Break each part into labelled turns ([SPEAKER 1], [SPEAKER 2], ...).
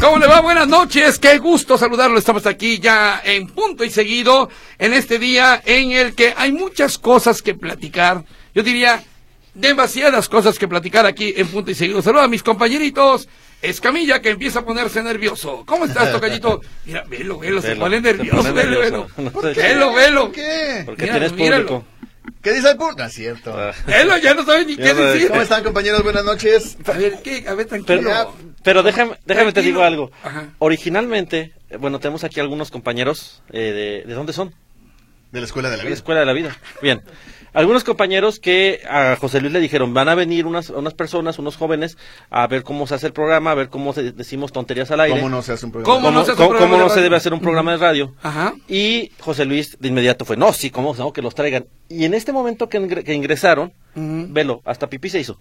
[SPEAKER 1] ¿Cómo le va? Buenas noches, qué gusto saludarlo. Estamos aquí ya en punto y seguido en este día en el que hay muchas cosas que platicar. Yo diría demasiadas cosas que platicar aquí en punto y seguido. Saluda a mis compañeritos. Escamilla que empieza a ponerse nervioso. ¿Cómo estás, tocallito? Mira, velo, velo, se
[SPEAKER 2] Velo,
[SPEAKER 1] pone
[SPEAKER 2] se
[SPEAKER 1] nervioso,
[SPEAKER 2] pone
[SPEAKER 1] velo, velo.
[SPEAKER 2] nervioso. No sé.
[SPEAKER 1] Velo, velo.
[SPEAKER 3] ¿Qué?
[SPEAKER 2] Porque
[SPEAKER 1] Míralo,
[SPEAKER 2] tienes público.
[SPEAKER 3] ¿Qué dice el público? No es cierto.
[SPEAKER 2] Ah,
[SPEAKER 1] Velo, ya no sabe ni
[SPEAKER 2] Ya
[SPEAKER 1] qué
[SPEAKER 2] sabe.
[SPEAKER 1] decir.
[SPEAKER 3] ¿Cómo están, compañeros? Buenas noches.
[SPEAKER 1] A ver, ¿qué? A ver, tranquilo.
[SPEAKER 2] Pero, pero déjame, déjame te
[SPEAKER 1] Tranquilo.
[SPEAKER 2] digo algo.
[SPEAKER 1] Ajá.
[SPEAKER 2] Originalmente, eh, bueno, tenemos aquí algunos compañeros. eh, de, ¿De dónde son?
[SPEAKER 3] De la Escuela de la
[SPEAKER 2] De la
[SPEAKER 3] Vida.
[SPEAKER 2] Escuela de la Vida. Bien. Algunos compañeros que a José Luis le dijeron, van a venir unas, unas personas, unos jóvenes, a ver cómo se hace el programa, a ver cómo se- decimos tonterías al aire.
[SPEAKER 3] ¿Cómo no se hace un programa?
[SPEAKER 1] ¿Cómo no se hace un
[SPEAKER 2] cómo-
[SPEAKER 1] programa
[SPEAKER 2] cómo
[SPEAKER 1] de
[SPEAKER 2] no se
[SPEAKER 1] radio?
[SPEAKER 2] debe hacer un programa de radio?
[SPEAKER 1] Ajá.
[SPEAKER 2] Y José Luis de inmediato fue, no, sí, cómo no, que los traigan. Y en este momento que, ingre- que ingresaron, velo, hasta pipí se hizo.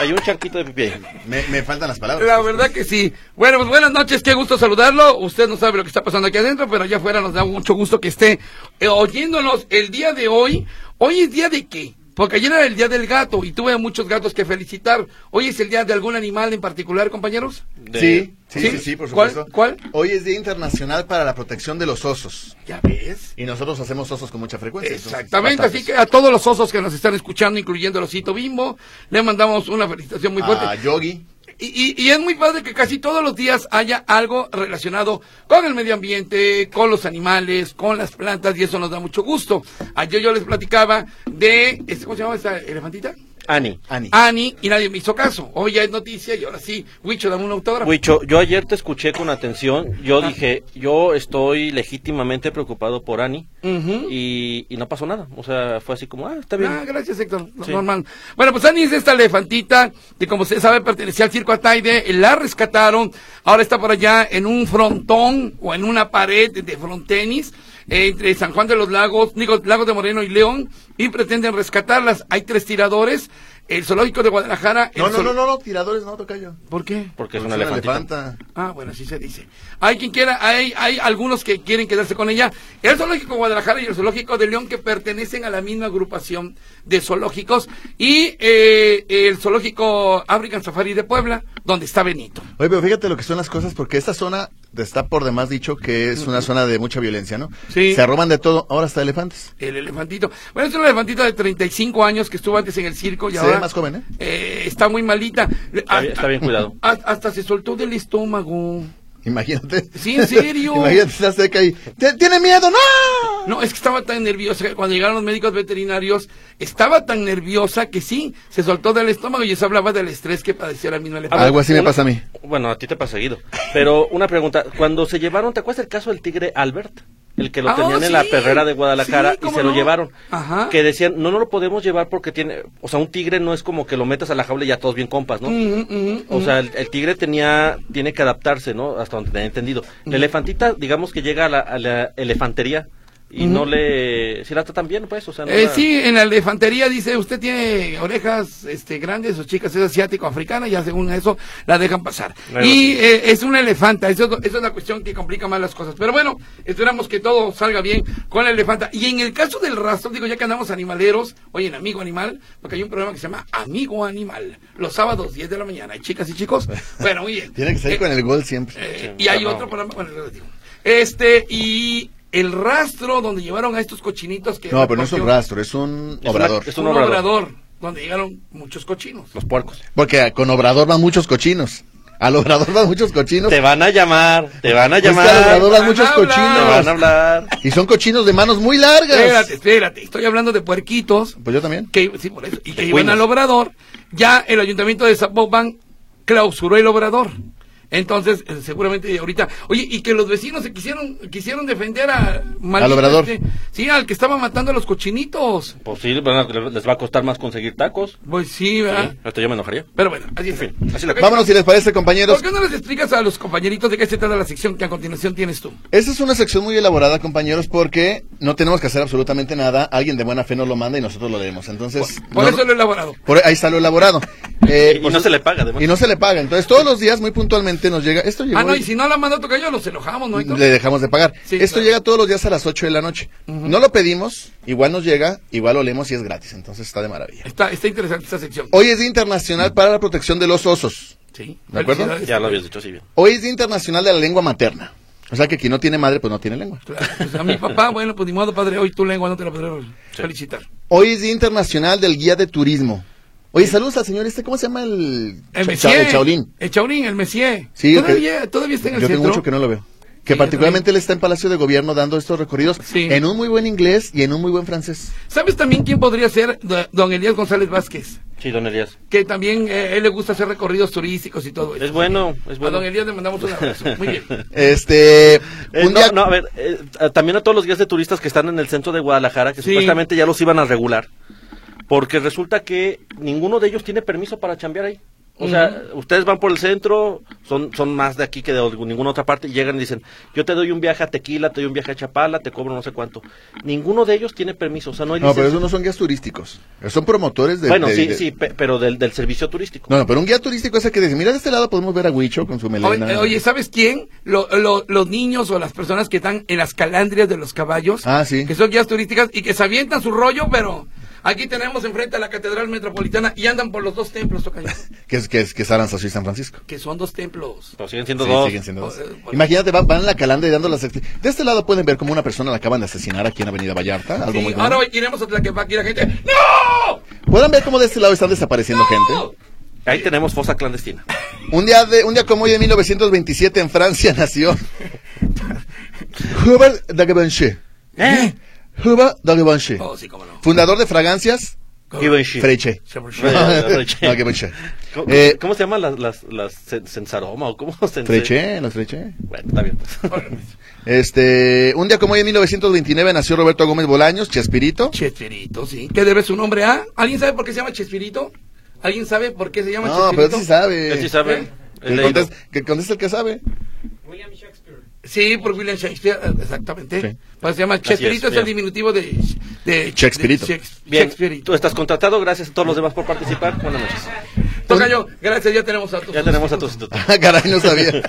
[SPEAKER 2] Hay un chanquito de pipí ahí.
[SPEAKER 3] Me, me faltan las palabras.
[SPEAKER 1] La verdad que sí. Bueno, pues buenas noches, qué gusto saludarlo. Usted no sabe lo que está pasando aquí adentro, pero allá afuera nos da mucho gusto que esté eh, oyéndonos el día de hoy. ¿Hoy es día de qué? Porque ayer era el día del gato y tuve muchos gatos que felicitar. ¿Hoy es el día de algún animal en particular, compañeros?
[SPEAKER 2] De-
[SPEAKER 3] Sí, sí,
[SPEAKER 1] ¿Sí?
[SPEAKER 3] sí, sí, por
[SPEAKER 1] ¿Cuál-
[SPEAKER 3] supuesto.
[SPEAKER 1] cuál?
[SPEAKER 3] Hoy es Día Internacional para la Protección de los Osos.
[SPEAKER 1] Ya ves.
[SPEAKER 3] Y nosotros hacemos osos con mucha frecuencia. entonces,
[SPEAKER 1] Exactamente,
[SPEAKER 3] bastantes.
[SPEAKER 1] así que a todos los osos que nos están escuchando, incluyendo el osito bimbo, le mandamos una felicitación muy fuerte.
[SPEAKER 3] A Ah, Yogi.
[SPEAKER 1] Y, y- y es muy padre que casi todos los días haya algo relacionado con el medio ambiente, con los animales, con las plantas, y eso nos da mucho gusto. Ayer yo les platicaba de, este, ¿cómo se llama esta elefantita?
[SPEAKER 2] Ani.
[SPEAKER 3] Ani.
[SPEAKER 1] Ani, y nadie me hizo caso. Hoy ya es noticia y ahora sí, Wicho, dame un autógrafo.
[SPEAKER 2] Huicho, yo ayer te escuché con atención. Yo
[SPEAKER 1] Ah.
[SPEAKER 2] dije, yo estoy legítimamente preocupado por Ani.
[SPEAKER 1] Ujú.
[SPEAKER 2] y, y no pasó nada. O sea, fue así como, ah, está bien.
[SPEAKER 1] Ah, gracias, Héctor. No-
[SPEAKER 2] Sí.
[SPEAKER 1] Normal. Bueno, pues Ani es esta elefantita que, como se sabe, pertenecía al circo Ataide. eh, La rescataron. Ahora está por allá en un frontón o en una pared de frontenis eh, entre San Juan de los Lagos, digo, Lagos de Moreno y León, y pretenden rescatarlas. Hay tres tiradores. El zoológico de Guadalajara. el
[SPEAKER 3] No, no,
[SPEAKER 1] zool-
[SPEAKER 3] no, no, no, tiradores, no, tocayo.
[SPEAKER 1] ¿Por qué?
[SPEAKER 2] Porque es
[SPEAKER 3] Pues
[SPEAKER 2] una elefantita.
[SPEAKER 3] elefanta.
[SPEAKER 1] Ah, bueno, así se dice. Hay quien quiera, hay, hay algunos que quieren quedarse con ella. El zoológico de Guadalajara y el zoológico de León que pertenecen a la misma agrupación de zoológicos y eh, el zoológico African Safari de Puebla, donde está Benito.
[SPEAKER 3] Oye, pero fíjate lo que son las cosas, porque esta zona está por demás dicho que es una zona de mucha violencia, ¿no?
[SPEAKER 1] Sí.
[SPEAKER 3] Se roban de todo, ahora hasta elefantes.
[SPEAKER 1] El elefantito. Bueno, es una elefantita de 35 años que estuvo antes en el circo y
[SPEAKER 3] Se
[SPEAKER 1] ahora...
[SPEAKER 3] ve más joven, ¿eh?
[SPEAKER 1] eh, está muy malita.
[SPEAKER 2] Está bien, está bien cuidado.
[SPEAKER 1] a- hasta se soltó del estómago.
[SPEAKER 3] Imagínate.
[SPEAKER 1] Sí, en serio.
[SPEAKER 3] Imagínate, estás cerca ahí. "Te- ¡Tiene miedo! ¡No!
[SPEAKER 1] No, es que estaba tan nerviosa que cuando llegaron los médicos veterinarios, estaba tan nerviosa que sí, se soltó del estómago y eso hablaba del estrés que padecía la misma
[SPEAKER 2] A ver,
[SPEAKER 1] elefanta.
[SPEAKER 3] Algo así me
[SPEAKER 2] una-
[SPEAKER 3] pasa a mí.
[SPEAKER 2] Bueno, a ti te pasa seguido. Pero una pregunta, cuando se llevaron, ¿te acuerdas del caso del tigre Albert? El que lo
[SPEAKER 1] Ah,
[SPEAKER 2] tenían
[SPEAKER 1] sí.
[SPEAKER 2] en la perrera de Guadalajara
[SPEAKER 1] Sí,
[SPEAKER 2] y
[SPEAKER 1] cómo
[SPEAKER 2] se
[SPEAKER 1] no.
[SPEAKER 2] lo llevaron.
[SPEAKER 1] Ajá.
[SPEAKER 2] Que decían, no, no lo podemos llevar porque tiene, o sea, un tigre no es como que lo metas a la jaula y ya todos bien compas, ¿no?
[SPEAKER 1] Ujú, ujú,
[SPEAKER 2] O
[SPEAKER 1] ujú.
[SPEAKER 2] sea, el, el tigre tenía, tiene que adaptarse, ¿no? Hasta donde tenía entendido.
[SPEAKER 1] Mm.
[SPEAKER 2] La elefantita, digamos que llega a la, a la elefantería y no le, si la tratan bien, pues, o sea, no
[SPEAKER 1] Eh,
[SPEAKER 2] la-
[SPEAKER 1] sí, en la elefantería dice, usted tiene orejas este, grandes o chicas, es asiático, africana, ya según eso la dejan pasar.
[SPEAKER 2] Luego
[SPEAKER 1] y
[SPEAKER 2] sí.
[SPEAKER 1] eh, es una elefanta, eso, es- eso es la cuestión que complica más las cosas. Pero bueno, esperamos que todo salga bien con la elefanta. Y en el caso del rastro, digo, ya que andamos animaleros, oye, en Amigo Animal, porque hay un programa que se llama Amigo Animal, los sábados 10 de la mañana, hay chicas y chicos. Bueno, muy bien.
[SPEAKER 3] Tiene que salir
[SPEAKER 1] Eh,
[SPEAKER 3] con el gol siempre.
[SPEAKER 1] eh, y hay
[SPEAKER 2] no.
[SPEAKER 1] otro programa, bueno, luego les digo. Este, y el rastro donde llevaron a estos cochinitos que...
[SPEAKER 3] No, pero no es un
[SPEAKER 1] recogió-
[SPEAKER 3] rastro, es un
[SPEAKER 2] Es una-
[SPEAKER 3] obrador.
[SPEAKER 2] es
[SPEAKER 1] un,
[SPEAKER 2] un
[SPEAKER 1] obrador.
[SPEAKER 2] obrador.
[SPEAKER 1] donde llegaron muchos cochinos.
[SPEAKER 2] Los puercos.
[SPEAKER 3] Porque con obrador van muchos cochinos. Al obrador van muchos cochinos.
[SPEAKER 2] Te van a llamar, te van a
[SPEAKER 1] Pues,
[SPEAKER 3] Es que al
[SPEAKER 2] llamar.
[SPEAKER 3] obrador van
[SPEAKER 1] Van a
[SPEAKER 3] muchos
[SPEAKER 1] hablar.
[SPEAKER 2] Te van a
[SPEAKER 3] cochinos.
[SPEAKER 2] hablar.
[SPEAKER 3] Y son cochinos de manos muy largas.
[SPEAKER 1] Espérate, espérate, estoy hablando de puerquitos
[SPEAKER 3] Pues yo también.
[SPEAKER 1] que sí, por eso, y que
[SPEAKER 2] De
[SPEAKER 1] iban
[SPEAKER 2] cuinas.
[SPEAKER 1] al obrador. Ya el ayuntamiento de Zapopan clausuró el obrador. Entonces, eh, seguramente ahorita, oye, y que los vecinos se quisieron, quisieron defender a maldito
[SPEAKER 3] obrador.
[SPEAKER 1] este- sí, al que estaba matando a los cochinitos.
[SPEAKER 2] Pues sí, van a- les va a costar más conseguir tacos.
[SPEAKER 1] Pues sí, ¿verdad?
[SPEAKER 2] Sí, Hasta yo me enojaría.
[SPEAKER 1] Pero bueno, así es.
[SPEAKER 2] En fin, así la
[SPEAKER 1] Ok,
[SPEAKER 3] Vámonos si les parece, compañeros.
[SPEAKER 1] ¿Por qué no les explicas a los compañeritos de qué se trata la sección que a continuación tienes tú?
[SPEAKER 3] Esta es una sección muy elaborada, compañeros, porque no tenemos que hacer absolutamente nada. Alguien de buena fe nos lo manda y nosotros lo leemos. Entonces,
[SPEAKER 1] Por
[SPEAKER 3] no-
[SPEAKER 1] eso lo he elaborado.
[SPEAKER 3] por- ahí está lo elaborado. Eh,
[SPEAKER 2] Y
[SPEAKER 3] por
[SPEAKER 2] no
[SPEAKER 3] su-
[SPEAKER 2] se le paga, además.
[SPEAKER 3] Y no se le paga. Entonces, todos los días, muy puntualmente, nos llega. Esto llegó
[SPEAKER 1] Ah, no,
[SPEAKER 3] hoy.
[SPEAKER 1] y si no la manda toca yo, los enojamos, ¿no? Héctor?
[SPEAKER 3] le dejamos de pagar.
[SPEAKER 1] Sí,
[SPEAKER 3] Esto
[SPEAKER 1] claro.
[SPEAKER 3] llega todos los días a las 8 de la noche. No lo pedimos, igual nos llega, igual lo leemos y es gratis. Entonces está de maravilla.
[SPEAKER 1] Está, está interesante esta sección.
[SPEAKER 3] Hoy es Día Internacional para la Protección de los Osos.
[SPEAKER 1] Sí.
[SPEAKER 3] ¿De acuerdo?
[SPEAKER 1] Felicidades.
[SPEAKER 2] Ya lo habías dicho, sí, bien.
[SPEAKER 3] Hoy es Día Internacional de la Lengua Materna. O sea que quien no tiene madre, pues no tiene lengua.
[SPEAKER 1] Claro, pues a mi papá, bueno, pues ni modo, padre, hoy tu lengua no te la podré felicitar.
[SPEAKER 3] Hoy es Día Internacional del Guía de Turismo. Oye, saludos al señor este, ¿cómo se llama el,
[SPEAKER 1] El
[SPEAKER 3] Cha-
[SPEAKER 1] Messier.
[SPEAKER 3] el Chaolín?
[SPEAKER 1] El Chaolín, el Messier.
[SPEAKER 3] Sí, es que-
[SPEAKER 1] todavía, todavía está en el
[SPEAKER 3] Yo tengo
[SPEAKER 1] centro.
[SPEAKER 3] mucho que no lo veo. Que
[SPEAKER 1] Sí,
[SPEAKER 3] particularmente
[SPEAKER 1] yo
[SPEAKER 3] él está en Palacio de Gobierno dando estos recorridos
[SPEAKER 1] Sí.
[SPEAKER 3] en un muy buen inglés y en un muy buen francés.
[SPEAKER 1] ¿Sabes también quién podría ser do- don Elías González Vázquez?
[SPEAKER 2] Sí, don Elías.
[SPEAKER 1] Que también eh, él le gusta hacer recorridos turísticos y todo eso.
[SPEAKER 2] Es bueno, es
[SPEAKER 1] A
[SPEAKER 2] bueno.
[SPEAKER 1] Ah, don Elías le mandamos un abrazo. Muy bien.
[SPEAKER 3] Este,
[SPEAKER 2] Eh,
[SPEAKER 3] un
[SPEAKER 2] no,
[SPEAKER 3] día-
[SPEAKER 2] no, a ver, eh, a- también a todos los guías de turistas que están en el centro de Guadalajara, que
[SPEAKER 1] Sí.
[SPEAKER 2] supuestamente ya los iban a regular, porque resulta que ninguno de ellos tiene permiso para chambear ahí. O sea, ustedes van por el centro, son, son más de aquí que de algún- ninguna otra parte, y llegan y dicen, yo te doy un viaje a Tequila, te doy un viaje a Chapala, te cobro no sé cuánto. Ninguno de ellos tiene permiso, o sea, no hay
[SPEAKER 3] No, pero
[SPEAKER 2] licencia.
[SPEAKER 3] esos no son guías turísticos. Son promotores de.
[SPEAKER 2] Bueno,
[SPEAKER 3] de-
[SPEAKER 2] sí,
[SPEAKER 3] de-
[SPEAKER 2] sí, pe- pero del, del servicio turístico.
[SPEAKER 3] No, no, pero un guía turístico es el que dice: Mira, de este lado podemos ver a Huicho con su melena.
[SPEAKER 1] Oye, oye, ¿sabes quién? Lo- lo- los niños o las personas que están en las calandrias de los caballos.
[SPEAKER 3] Ah, sí.
[SPEAKER 1] Que son guías turísticas y que se avientan su rollo, pero aquí tenemos enfrente a la Catedral Metropolitana y andan por los dos templos, Tocayo.
[SPEAKER 3] Que es, que es, que es Aranzazu y San Francisco.
[SPEAKER 1] que son dos templos.
[SPEAKER 2] Pero siguen siendo
[SPEAKER 3] Sí,
[SPEAKER 2] dos.
[SPEAKER 3] siguen siendo dos.
[SPEAKER 1] Eh, bueno.
[SPEAKER 3] Imagínate, van, van en la calandra y dando las. expli- De este lado pueden ver como una persona la acaban de asesinar aquí en Avenida Vallarta. Algo
[SPEAKER 1] Sí,
[SPEAKER 3] muy
[SPEAKER 1] ahora
[SPEAKER 3] bueno.
[SPEAKER 1] iremos a Tlaquepaque y la gente. ¡No!
[SPEAKER 3] Pueden ver cómo de este lado están desapareciendo
[SPEAKER 1] ¡No!
[SPEAKER 3] gente.
[SPEAKER 2] Ahí tenemos fosa clandestina.
[SPEAKER 3] Un día, de, un día como hoy, en 1927, en Francia nació. Hubert Dagebanche.
[SPEAKER 2] ¿Eh?
[SPEAKER 3] Hubert Dagebanche.
[SPEAKER 1] Oh, sí, cómo no.
[SPEAKER 3] Fundador de fragancias
[SPEAKER 2] Given shit.
[SPEAKER 3] Freche.
[SPEAKER 2] Freche.
[SPEAKER 3] Dagebanche.
[SPEAKER 2] ¿Cómo,
[SPEAKER 3] Eh,
[SPEAKER 2] cómo se llaman las, las, las sen- sensaroma o cómo se
[SPEAKER 3] Freche, los Freche.
[SPEAKER 2] Bueno, está bien. pues.
[SPEAKER 3] Este, un día como hoy en 1929 nació Roberto Gómez Bolaños, Chespirito.
[SPEAKER 1] Chespirito, sí. ¿Qué debe su nombre a? ¿Alguien sabe por qué se llama Chespirito? ¿Alguien sabe por qué se llama
[SPEAKER 3] No, pero él
[SPEAKER 1] Chespirito?
[SPEAKER 3] sí sabe.
[SPEAKER 2] Él sí sabe.
[SPEAKER 1] ¿Eh?
[SPEAKER 2] he
[SPEAKER 3] Que
[SPEAKER 2] leído.
[SPEAKER 3] conteste, que conteste el que sabe.
[SPEAKER 1] Sí, por William Shakespeare, eh, exactamente.
[SPEAKER 3] Sí.
[SPEAKER 1] Pues se llama Chespirito,
[SPEAKER 2] es,
[SPEAKER 1] es, el
[SPEAKER 2] bien.
[SPEAKER 1] diminutivo de, de
[SPEAKER 3] Shakespearito.
[SPEAKER 1] de Shakes-
[SPEAKER 2] Bien,
[SPEAKER 1] Shakespearito.
[SPEAKER 2] tú estás contratado. Gracias a todos los demás por participar. Buenas noches.
[SPEAKER 1] Toca yo, gracias, ya tenemos a todos.
[SPEAKER 2] Ya tenemos a tu instituto.
[SPEAKER 3] Ah, Caray, no sabía.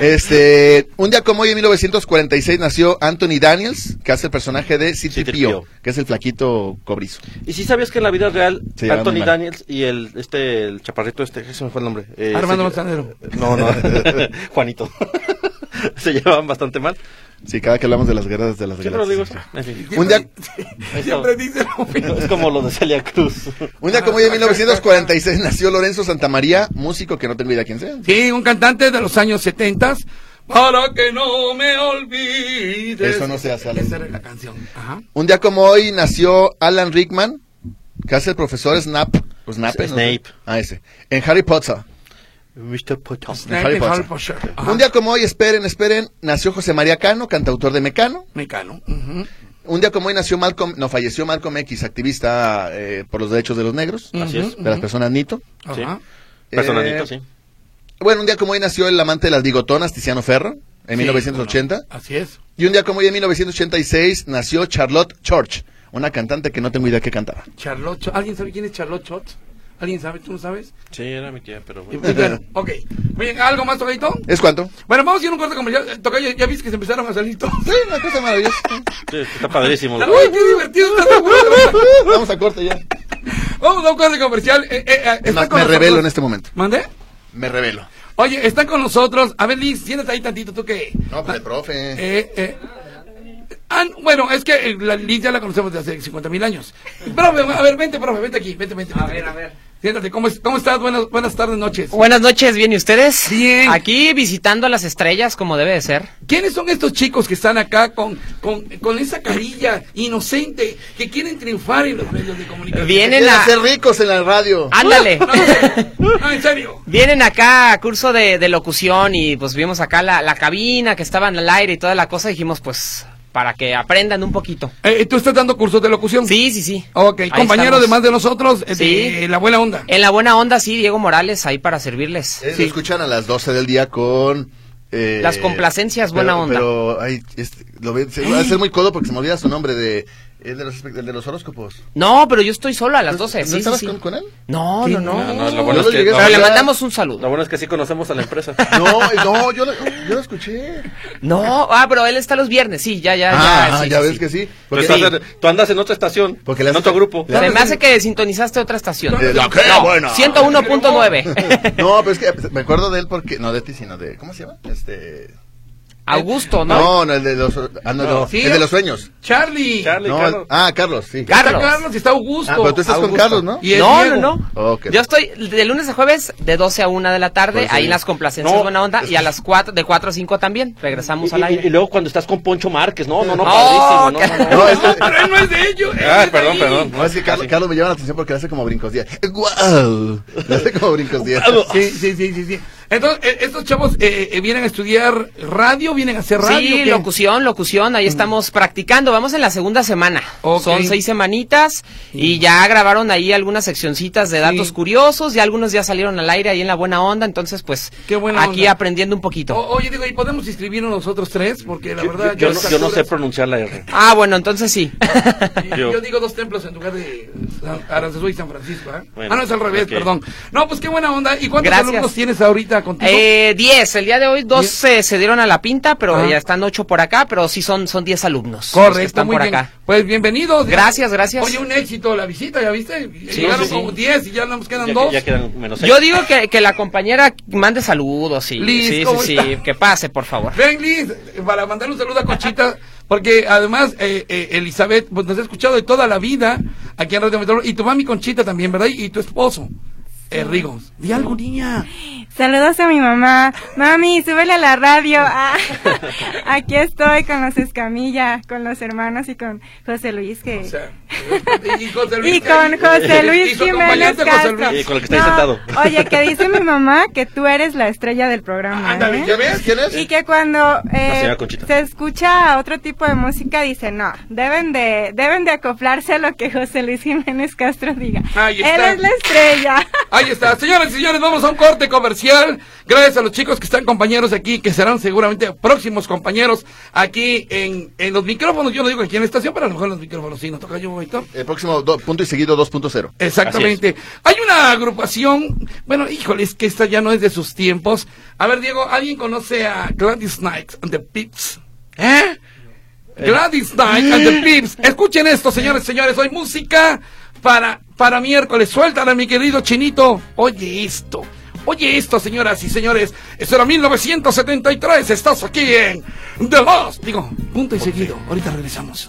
[SPEAKER 3] Este, un día como hoy en 1946 nació Anthony Daniels, que hace el personaje de City
[SPEAKER 2] City
[SPEAKER 3] Pío,
[SPEAKER 2] Pío.
[SPEAKER 3] que es el flaquito cobrizo.
[SPEAKER 2] ¿Y si sabías que en la vida real
[SPEAKER 3] Se llevaban muy
[SPEAKER 2] Anthony
[SPEAKER 3] mal.
[SPEAKER 2] Daniels y el este el chaparrito este, ¿qué se me fue el nombre? Eh,
[SPEAKER 1] Armando
[SPEAKER 2] se-
[SPEAKER 1] Manzanero.
[SPEAKER 2] No, no. Juanito. se llevaban bastante mal.
[SPEAKER 3] Sí, cada que hablamos de las guerras de las
[SPEAKER 2] Siempre lo digo
[SPEAKER 3] guerras.
[SPEAKER 2] eso. En fin.
[SPEAKER 3] Un día-
[SPEAKER 1] Siempre dice lo mismo.
[SPEAKER 2] Es como lo de Celia Cruz.
[SPEAKER 3] Un día como hoy en 1946 nació Lorenzo Santamaría, músico que no tengo idea quién sea.
[SPEAKER 1] Sí, un cantante de los años 70 para que no me olvides.
[SPEAKER 3] Eso no se hace, Alan.
[SPEAKER 1] Esa era la canción. Ajá.
[SPEAKER 3] Un día como hoy nació Alan Rickman, que hace el profesor Snap. o Snap ¿no?
[SPEAKER 2] Snape.
[SPEAKER 3] Ah, ese. En Harry Potter.
[SPEAKER 2] Mr. Potos.
[SPEAKER 3] En
[SPEAKER 1] Snape,
[SPEAKER 3] Harry Potter.
[SPEAKER 1] Harry Potter. Ajá.
[SPEAKER 3] Un día como hoy, esperen, esperen, nació José María Cano, cantautor de Mecano.
[SPEAKER 1] Mecano. ujú.
[SPEAKER 3] Un día como hoy nació Malcolm, no, falleció Malcolm X, activista eh, por los derechos de los negros,
[SPEAKER 2] Así es.
[SPEAKER 3] de las personas NITO.
[SPEAKER 2] Sí.
[SPEAKER 1] Ajá.
[SPEAKER 2] Personadito,
[SPEAKER 3] Eh,
[SPEAKER 2] sí.
[SPEAKER 3] Bueno, un día como hoy nació el amante de las bigotonas, Tiziano Ferro, en
[SPEAKER 1] Sí,
[SPEAKER 3] 1980.
[SPEAKER 1] cómo no. Así es.
[SPEAKER 3] Y un día como hoy, en 1986, nació Charlotte Church, una cantante que no tengo idea que cantaba.
[SPEAKER 1] Charlotte. Cho- ¿Alguien sabe quién es Charlotte Schott? ¿Alguien sabe? ¿Tú no sabes?
[SPEAKER 2] Sí, era mi tía, pero
[SPEAKER 1] Y- y
[SPEAKER 2] bueno.
[SPEAKER 1] bueno, ok. Bien, ¿algo más, Tocayito?
[SPEAKER 3] ¿Es cuánto?
[SPEAKER 1] Bueno, vamos a ir a un corte comercial. Eh, Tocayo, ya viste que se empezaron a salir todos.
[SPEAKER 3] Sí, una cosa maravillosa.
[SPEAKER 2] Sí, está padrísimo.
[SPEAKER 1] ¡Uy, qué divertido está este programa!
[SPEAKER 3] Vamos a corte ya.
[SPEAKER 1] Vamos a un corte comercial. Eh, eh, eh, está
[SPEAKER 3] más,
[SPEAKER 1] con
[SPEAKER 3] me
[SPEAKER 1] nosotros-
[SPEAKER 3] revelo en este momento.
[SPEAKER 1] ¿Mande?
[SPEAKER 3] Me revelo.
[SPEAKER 1] Oye, está con nosotros. A ver, Liz, siéntate ahí tantito, tú que.
[SPEAKER 3] No, pues, profe.
[SPEAKER 1] Eh, eh. Ah, bueno, es que eh, la Liz ya la conocemos desde hace 50 mil años. Profe, a ver, vente, profe, vente aquí, vente, vente.
[SPEAKER 4] A
[SPEAKER 1] vente,
[SPEAKER 4] ver, a
[SPEAKER 1] vente.
[SPEAKER 4] ver.
[SPEAKER 1] Siéntate, ¿cómo, es- cómo estás? Buenas, buenas tardes, noches.
[SPEAKER 4] Buenas noches, ¿bien y ustedes?
[SPEAKER 1] Bien.
[SPEAKER 4] Aquí visitando a las estrellas como debe de ser.
[SPEAKER 1] ¿Quiénes son estos chicos que están acá con, con, con esa carilla inocente que quieren triunfar en los medios de comunicación?
[SPEAKER 4] Vienen
[SPEAKER 3] Quieren
[SPEAKER 4] a... Ah,
[SPEAKER 3] hacer ricos en la radio.
[SPEAKER 4] Ándale.
[SPEAKER 1] No, en serio, no, en serio.
[SPEAKER 4] Vienen acá a curso de, de locución y pues vimos acá la, la cabina que estaban al aire y toda la cosa. Dijimos pues para que aprendan un poquito.
[SPEAKER 1] Eh, ¿Tú estás dando cursos de locución?
[SPEAKER 4] Sí, sí, sí.
[SPEAKER 1] Ok,
[SPEAKER 4] Ahí
[SPEAKER 1] compañero
[SPEAKER 4] estamos.
[SPEAKER 1] de más de nosotros, eh,
[SPEAKER 4] Sí. Eh.
[SPEAKER 1] de la buena onda.
[SPEAKER 4] En la buena onda, sí, Diego Morales, ahí para servirles.
[SPEAKER 3] Eh, lo escuchan a las 12 del día con... eh,
[SPEAKER 4] Las complacencias, buena
[SPEAKER 3] pero-
[SPEAKER 4] onda.
[SPEAKER 3] Pero, ay, este, lo ve, se, va a ser muy codo porque se me olvida su nombre de... El de los, el de los horóscopos.
[SPEAKER 4] No, pero yo estoy solo a las 12.
[SPEAKER 3] ¿No
[SPEAKER 4] sí, sí,
[SPEAKER 3] estabas
[SPEAKER 4] sí.
[SPEAKER 3] con, con él?
[SPEAKER 4] No, no,
[SPEAKER 2] No,
[SPEAKER 4] no.
[SPEAKER 2] no, lo
[SPEAKER 3] Yo
[SPEAKER 2] bueno, es
[SPEAKER 3] lo
[SPEAKER 2] que,
[SPEAKER 3] llegué a
[SPEAKER 2] lo,
[SPEAKER 4] Pero le
[SPEAKER 3] escuchar.
[SPEAKER 4] mandamos un
[SPEAKER 2] lo
[SPEAKER 4] saludo.
[SPEAKER 2] bueno es que sí conocemos a la empresa.
[SPEAKER 3] No, eh, no, yo lo, yo lo escuché.
[SPEAKER 4] No, ah, pero él está los viernes, sí, ya, ya,
[SPEAKER 3] ah,
[SPEAKER 4] ya.
[SPEAKER 3] ah,
[SPEAKER 4] sí,
[SPEAKER 3] ya
[SPEAKER 4] sí,
[SPEAKER 3] ves
[SPEAKER 4] sí. Pues
[SPEAKER 3] que sí.
[SPEAKER 2] Tú,
[SPEAKER 3] Porque
[SPEAKER 2] estás en- tú andas en otra estación,
[SPEAKER 3] Porque le
[SPEAKER 2] en
[SPEAKER 3] haces-
[SPEAKER 2] otro grupo.
[SPEAKER 3] le-
[SPEAKER 4] Se me hace que sintonizaste otra estación.
[SPEAKER 3] Eh, la que buena.
[SPEAKER 4] 101.9.
[SPEAKER 3] No, pero es que me acuerdo de él porque. No de ti, sino de. ¿Cómo se llama? Este.
[SPEAKER 4] Augusto, ¿no?
[SPEAKER 3] No, no, el de los. Ah, no, no,
[SPEAKER 1] Sí,
[SPEAKER 3] el de los sueños.
[SPEAKER 1] Charlie.
[SPEAKER 2] Charlie,
[SPEAKER 3] No,
[SPEAKER 2] Carlos.
[SPEAKER 3] ah, Carlos, sí.
[SPEAKER 4] Carlos.
[SPEAKER 1] Está Carlos y está Augusto.
[SPEAKER 3] Ah, pero tú estás con
[SPEAKER 4] Augusto.
[SPEAKER 3] Carlos, ¿no?
[SPEAKER 1] Y el
[SPEAKER 4] no, no,
[SPEAKER 1] Diego.
[SPEAKER 4] no.
[SPEAKER 3] Ok.
[SPEAKER 4] Yo estoy de lunes a jueves de 12 a 1 de la tarde,
[SPEAKER 3] Pues sí.
[SPEAKER 4] ahí en las complacencias
[SPEAKER 2] No,
[SPEAKER 4] buena onda, y a las 4, de 4 a 5 también. Regresamos
[SPEAKER 2] Y,
[SPEAKER 4] al
[SPEAKER 2] y-
[SPEAKER 4] aire.
[SPEAKER 2] y luego cuando estás con Poncho Márquez, no, no, no,
[SPEAKER 4] Oh,
[SPEAKER 2] padrísimo, no,
[SPEAKER 4] qué-
[SPEAKER 2] no, no.
[SPEAKER 3] No, es
[SPEAKER 1] No,
[SPEAKER 3] que.
[SPEAKER 1] pero él no es de ellos. él
[SPEAKER 2] Ah,
[SPEAKER 1] es de
[SPEAKER 2] perdón,
[SPEAKER 1] ahí.
[SPEAKER 2] perdón.
[SPEAKER 3] No, es que Carlos, Carlos me llama la atención porque le hace como brincos 10. ¡Guau! Le hace como brincos 10.
[SPEAKER 1] Sí, sí, sí, sí, sí. Entonces, eh, estos chavos eh, eh, vienen a estudiar radio, vienen a hacer radio.
[SPEAKER 4] Sí,
[SPEAKER 1] ¿qué?
[SPEAKER 4] locución, locución, ahí estamos practicando, vamos en la segunda semana.
[SPEAKER 1] Ok.
[SPEAKER 4] Son seis semanitas y ya grabaron ahí algunas seccioncitas de datos
[SPEAKER 1] Sí.
[SPEAKER 4] curiosos, ya algunos ya salieron al aire ahí en la buena onda, entonces pues
[SPEAKER 1] Qué buena
[SPEAKER 4] aquí
[SPEAKER 1] onda.
[SPEAKER 4] aprendiendo un poquito.
[SPEAKER 1] O- oye, digo, ¿y podemos inscribirnos nosotros tres? Porque la
[SPEAKER 2] Yo-
[SPEAKER 1] verdad.
[SPEAKER 2] yo,
[SPEAKER 1] ya
[SPEAKER 2] no,
[SPEAKER 1] a
[SPEAKER 2] yo no sé
[SPEAKER 1] estas
[SPEAKER 2] pronunciar la R.
[SPEAKER 4] Ah, bueno, entonces sí.
[SPEAKER 1] alturas, Yo,
[SPEAKER 2] yo.
[SPEAKER 1] yo digo dos templos en lugar de San- Aranzazú y San Francisco. ¿eh?
[SPEAKER 2] Bueno,
[SPEAKER 1] ah, no, es al revés,
[SPEAKER 2] ok.
[SPEAKER 1] perdón. No, pues qué buena onda. ¿Y cuántos
[SPEAKER 4] Gracias.
[SPEAKER 1] alumnos tienes ahorita contigo?
[SPEAKER 4] Eh, 10, el día de hoy 12 se dieron a la pinta, pero
[SPEAKER 1] Ajá.
[SPEAKER 4] ya están 8 por acá, pero sí son son 10 alumnos. los que
[SPEAKER 1] Correcto,
[SPEAKER 4] están
[SPEAKER 1] muy
[SPEAKER 4] por
[SPEAKER 1] bien.
[SPEAKER 4] acá.
[SPEAKER 1] Pues bienvenidos.
[SPEAKER 4] Gracias, gracias.
[SPEAKER 1] Oye, un éxito la visita, ¿ya viste? Eh, Llegaron
[SPEAKER 2] sí, sí.
[SPEAKER 1] como 10 y ya nos quedan
[SPEAKER 2] Ya,
[SPEAKER 1] dos.
[SPEAKER 2] ya quedan menos seis.
[SPEAKER 4] Yo digo que, que la compañera mande saludos, sí.
[SPEAKER 1] Liz,
[SPEAKER 4] sí,
[SPEAKER 1] ¿cómo
[SPEAKER 4] sí, sí,
[SPEAKER 1] está?
[SPEAKER 4] que pase, por favor.
[SPEAKER 1] Ven, Liz, para mandar un saludo a Conchita, porque además eh, eh, Elizabeth pues, nos ha escuchado de toda la vida aquí en Radio Metrópolis, y tu mami Conchita también, ¿verdad? Y tu esposo, eh, Rigo. Di algo, niña.
[SPEAKER 5] Saludos a mi mamá. Mami, súbele a la radio. Ah, aquí estoy con los Escamilla, con los hermanos y con José Luis que...
[SPEAKER 1] O sea, y José Luis
[SPEAKER 5] y con
[SPEAKER 1] Castro.
[SPEAKER 5] José
[SPEAKER 1] Y
[SPEAKER 5] Luis
[SPEAKER 1] su
[SPEAKER 5] Jiménez
[SPEAKER 1] acompañante, José Luis.
[SPEAKER 5] Castro.
[SPEAKER 2] Y con el que está ahí sentado.
[SPEAKER 5] Oye, que dice mi mamá que tú eres la estrella del programa.
[SPEAKER 1] Ándale,
[SPEAKER 5] ¿eh?
[SPEAKER 1] ¿ya ves? ¿Quién es?
[SPEAKER 5] Y que cuando eh,
[SPEAKER 2] señora Conchita.
[SPEAKER 5] se escucha otro tipo de música dice, no, deben de, deben de acoplarse a lo que José Luis Jiménez Castro diga.
[SPEAKER 1] Ahí
[SPEAKER 5] Él
[SPEAKER 1] está.
[SPEAKER 5] es la estrella.
[SPEAKER 1] Ahí está, señoras y señores, vamos a un corte comercial. Gracias a los chicos que están compañeros aquí, que serán seguramente próximos compañeros aquí en, en los micrófonos. Yo no digo aquí en la estación, pero a lo mejor en los micrófonos sí nos toca yo, Víctor.
[SPEAKER 3] El próximo do- punto y seguido 2.0.
[SPEAKER 1] Exactamente. Hay una agrupación, bueno, híjole, es que esta ya no es de sus tiempos. A ver, Diego, ¿alguien conoce a Gladys Knight and the Pips? ¿Eh? Gladys Knight and the Pips. Escuchen esto, señores, señores, hoy música para, para miércoles. Suéltala, mi querido chinito. Oye esto. Oye esto, señoras y señores. Esto era 1973. Estás aquí en The Lost. Digo, punto y seguido. Ahorita regresamos.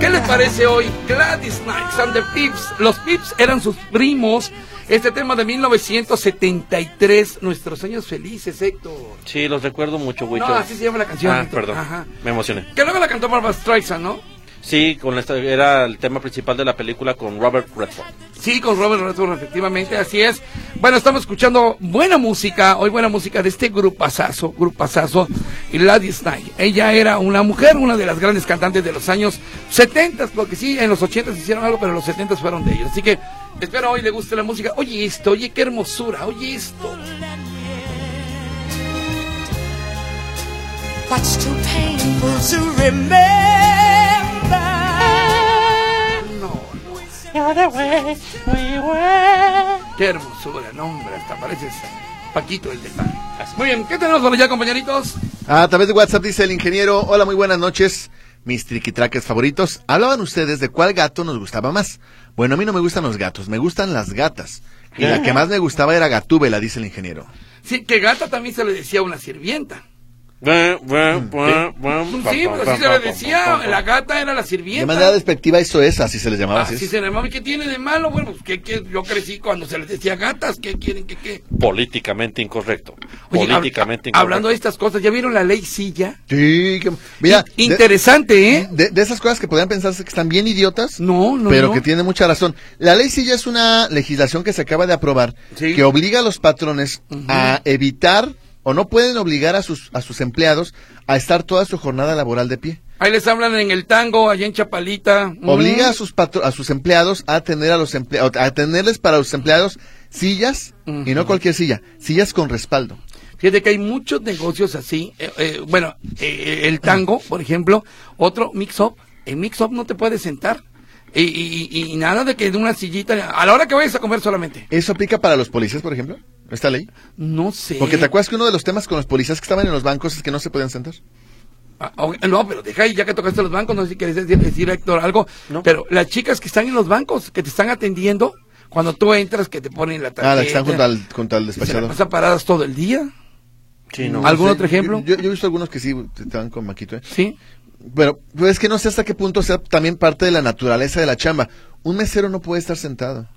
[SPEAKER 1] ¿Qué les parece hoy? Gladys Knight and the Pips. Los Pips eran sus primos. Este tema de 1973, nuestros años felices, Héctor.
[SPEAKER 2] Sí, los recuerdo mucho, güey.
[SPEAKER 1] No,
[SPEAKER 2] yo-
[SPEAKER 1] así se llama la canción,
[SPEAKER 2] Ah,
[SPEAKER 1] Héctor.
[SPEAKER 2] perdón.
[SPEAKER 1] Ajá.
[SPEAKER 2] Me emocioné.
[SPEAKER 1] Que luego la cantó Barbara Streisand, ¿no?
[SPEAKER 2] Sí, con esta, era el tema principal de la película con Robert Redford.
[SPEAKER 1] Sí, con Robert Redford, efectivamente, así es. Bueno, estamos escuchando buena música, hoy buena música de este grupazazo, grupazazo, Gladys Knight. Ella era una mujer, una de las grandes cantantes de los años 70, porque sí, en los 80 hicieron algo, pero los 70 fueron de ellos. Así que espero hoy le guste la música. Oye esto, oye qué hermosura, oye esto.
[SPEAKER 6] What's too painful to remember?
[SPEAKER 1] No, no,
[SPEAKER 6] You're the way we were.
[SPEAKER 1] qué hermosura, no hombre, hasta pareces Paquito el de pan. Muy bien, ¿qué tenemos por allá, compañeritos?
[SPEAKER 3] A través de WhatsApp dice el ingeniero, hola, muy buenas noches, mis triquitraques favoritos. Hablaban ustedes de cuál gato nos gustaba más. Bueno, a mí no me gustan los gatos, me gustan las gatas. Y la que más me gustaba era Gatúbela, dice el ingeniero.
[SPEAKER 1] Sí, que gata también se le decía a una sirvienta. Sí, pues así se le decía, la gata era la sirvienta.
[SPEAKER 3] De manera despectiva eso es, así se les
[SPEAKER 1] Ah,
[SPEAKER 3] llamaba. así
[SPEAKER 1] sí,
[SPEAKER 3] es.
[SPEAKER 1] se le llamaba. ¿Y qué tiene de malo? Bueno, pues que, que yo crecí cuando se les decía gatas. ¿Qué quieren que qué?
[SPEAKER 2] Políticamente incorrecto.
[SPEAKER 1] Oye, hab-
[SPEAKER 2] Políticamente incorrecto.
[SPEAKER 1] hablando de estas cosas, ¿ya vieron la ley silla?
[SPEAKER 3] Sí, que- mira, de-
[SPEAKER 1] Interesante, ¿eh?
[SPEAKER 3] de, de esas cosas que podrían pensarse que están bien idiotas,
[SPEAKER 1] No, no,
[SPEAKER 3] pero
[SPEAKER 1] no.
[SPEAKER 3] que tiene mucha razón. La ley sí ya es una legislación que se acaba de aprobar
[SPEAKER 1] Sí.
[SPEAKER 3] que obliga a los patrones a evitar o no pueden obligar a sus a sus empleados a estar toda su jornada laboral de pie.
[SPEAKER 1] Ahí les hablan en el tango, allá en Chapalita.
[SPEAKER 3] Obliga a
[SPEAKER 1] Mm.
[SPEAKER 3] sus patro- a sus empleados a tener a los empleados a tenerles para los empleados sillas y no cualquier silla, sillas con respaldo.
[SPEAKER 1] Fíjate que hay muchos negocios así. eh, eh, bueno, eh, el tango, por ejemplo, otro mix-up. En mix-up no te puedes sentar. Y, y- y- y nada de que en una sillita, a la hora que vayas a comer solamente.
[SPEAKER 3] ¿Eso aplica para los policías, por ejemplo? ¿Esta ley?
[SPEAKER 1] No sé.
[SPEAKER 3] Porque te acuerdas que uno de los temas con los policías que estaban en los bancos es que no se podían sentar.
[SPEAKER 1] Ah, ok, no, pero deja ahí, ya que tocaste los bancos, no sé si quieres decir, decir, Héctor algo,
[SPEAKER 2] No.
[SPEAKER 1] pero las chicas que están en los bancos, que te están atendiendo, cuando tú entras, que te ponen la tarjeta.
[SPEAKER 3] Ah, la que están junto al, junto al
[SPEAKER 1] y se la
[SPEAKER 3] despachador.
[SPEAKER 1] pasan paradas todo el día,
[SPEAKER 2] Sí, no.
[SPEAKER 1] ¿Algún
[SPEAKER 3] Sí,
[SPEAKER 1] otro ejemplo?
[SPEAKER 3] Yo, yo he visto algunos que sí estaban con Maquito. ¿eh?
[SPEAKER 1] ¿sí?
[SPEAKER 3] Bueno, pero pues, es que no sé hasta qué punto sea también parte de la naturaleza de la chamba. Un mesero no puede estar sentado.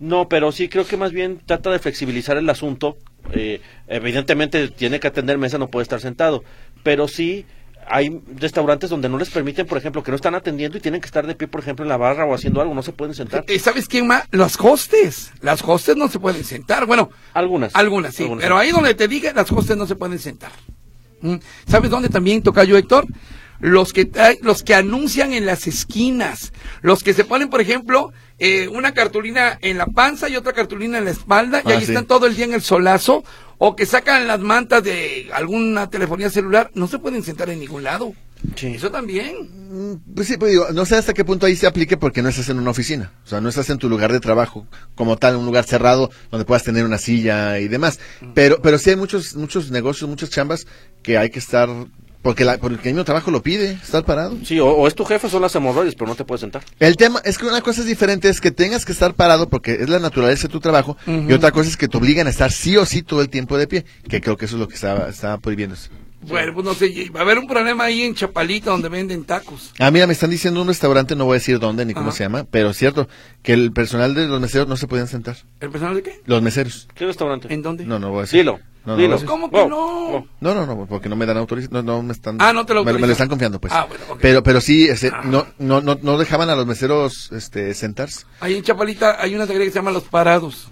[SPEAKER 2] No, pero sí creo que más bien trata de flexibilizar el asunto. Eh, evidentemente tiene que atender mesa, no puede estar sentado. Pero sí hay restaurantes donde no les permiten, por ejemplo, que no están atendiendo y tienen que estar de pie, por ejemplo, en la barra o haciendo algo, no se pueden sentar.
[SPEAKER 1] Eh, ¿Sabes quién más? Las hostes. Las hostes no se pueden sentar. Bueno,
[SPEAKER 2] Algunas.
[SPEAKER 1] algunas sí. pero ahí donde te diga, las hostes no se pueden sentar. Mm. ¿Sabes dónde también toca yo, Héctor? Los que, trae- los que anuncian en las esquinas. Los que se ponen, por ejemplo, eh, una cartulina en la panza y otra cartulina en la espalda. y
[SPEAKER 3] Ah,
[SPEAKER 1] ahí
[SPEAKER 3] sí.
[SPEAKER 1] están todo el día en el solazo. O que sacan las mantas de alguna telefonía celular. No se pueden sentar en ningún lado.
[SPEAKER 2] Sí.
[SPEAKER 1] Eso también.
[SPEAKER 3] Mm, Pues sí, pues digo, no sé hasta qué punto ahí se aplique porque no estás en una oficina. O sea, no estás en tu lugar de trabajo como tal, un lugar cerrado donde puedas tener una silla y demás. Pero, pero sí hay muchos, muchos negocios, muchas chambas que hay que estar, porque, la, porque el mismo trabajo lo pide, estar parado.
[SPEAKER 2] Sí, o, o es tu jefe, son las hemorroides, pero no te puedes sentar.
[SPEAKER 3] El tema es que una cosa es diferente es que tengas que estar parado porque es la naturaleza de tu trabajo y otra cosa es que te obligan a estar sí o sí todo el tiempo de pie, que creo que eso es lo que estaba, estaba prohibiéndose.
[SPEAKER 1] Bueno, pues no sé. Va a haber un problema ahí en Chapalita donde venden tacos.
[SPEAKER 3] Ah, mira, me están diciendo un restaurante, no voy a decir dónde ni cómo
[SPEAKER 1] Ajá.
[SPEAKER 3] se llama, pero es cierto que el personal de los meseros no se podían sentar.
[SPEAKER 1] ¿El personal de qué?
[SPEAKER 3] Los meseros.
[SPEAKER 2] ¿Qué restaurante?
[SPEAKER 1] ¿En dónde? Pues,
[SPEAKER 3] No, no voy a decir.
[SPEAKER 2] Dilo.
[SPEAKER 3] No, no,
[SPEAKER 2] dilo.
[SPEAKER 3] voy a decir.
[SPEAKER 1] ¿Cómo que no?
[SPEAKER 3] No, no, no, porque no me dan autorización, no, no me están...
[SPEAKER 1] Ah, no te lo
[SPEAKER 3] me, me
[SPEAKER 1] autorizan.
[SPEAKER 3] lo están confiando, pues.
[SPEAKER 1] Ah, bueno, ok.
[SPEAKER 3] Pero, pero sí, este,
[SPEAKER 1] Ah.
[SPEAKER 3] no, no, no, no dejaban a los meseros, este, sentarse.
[SPEAKER 1] Ahí en Chapalita hay una taquería que se llama Los Parados.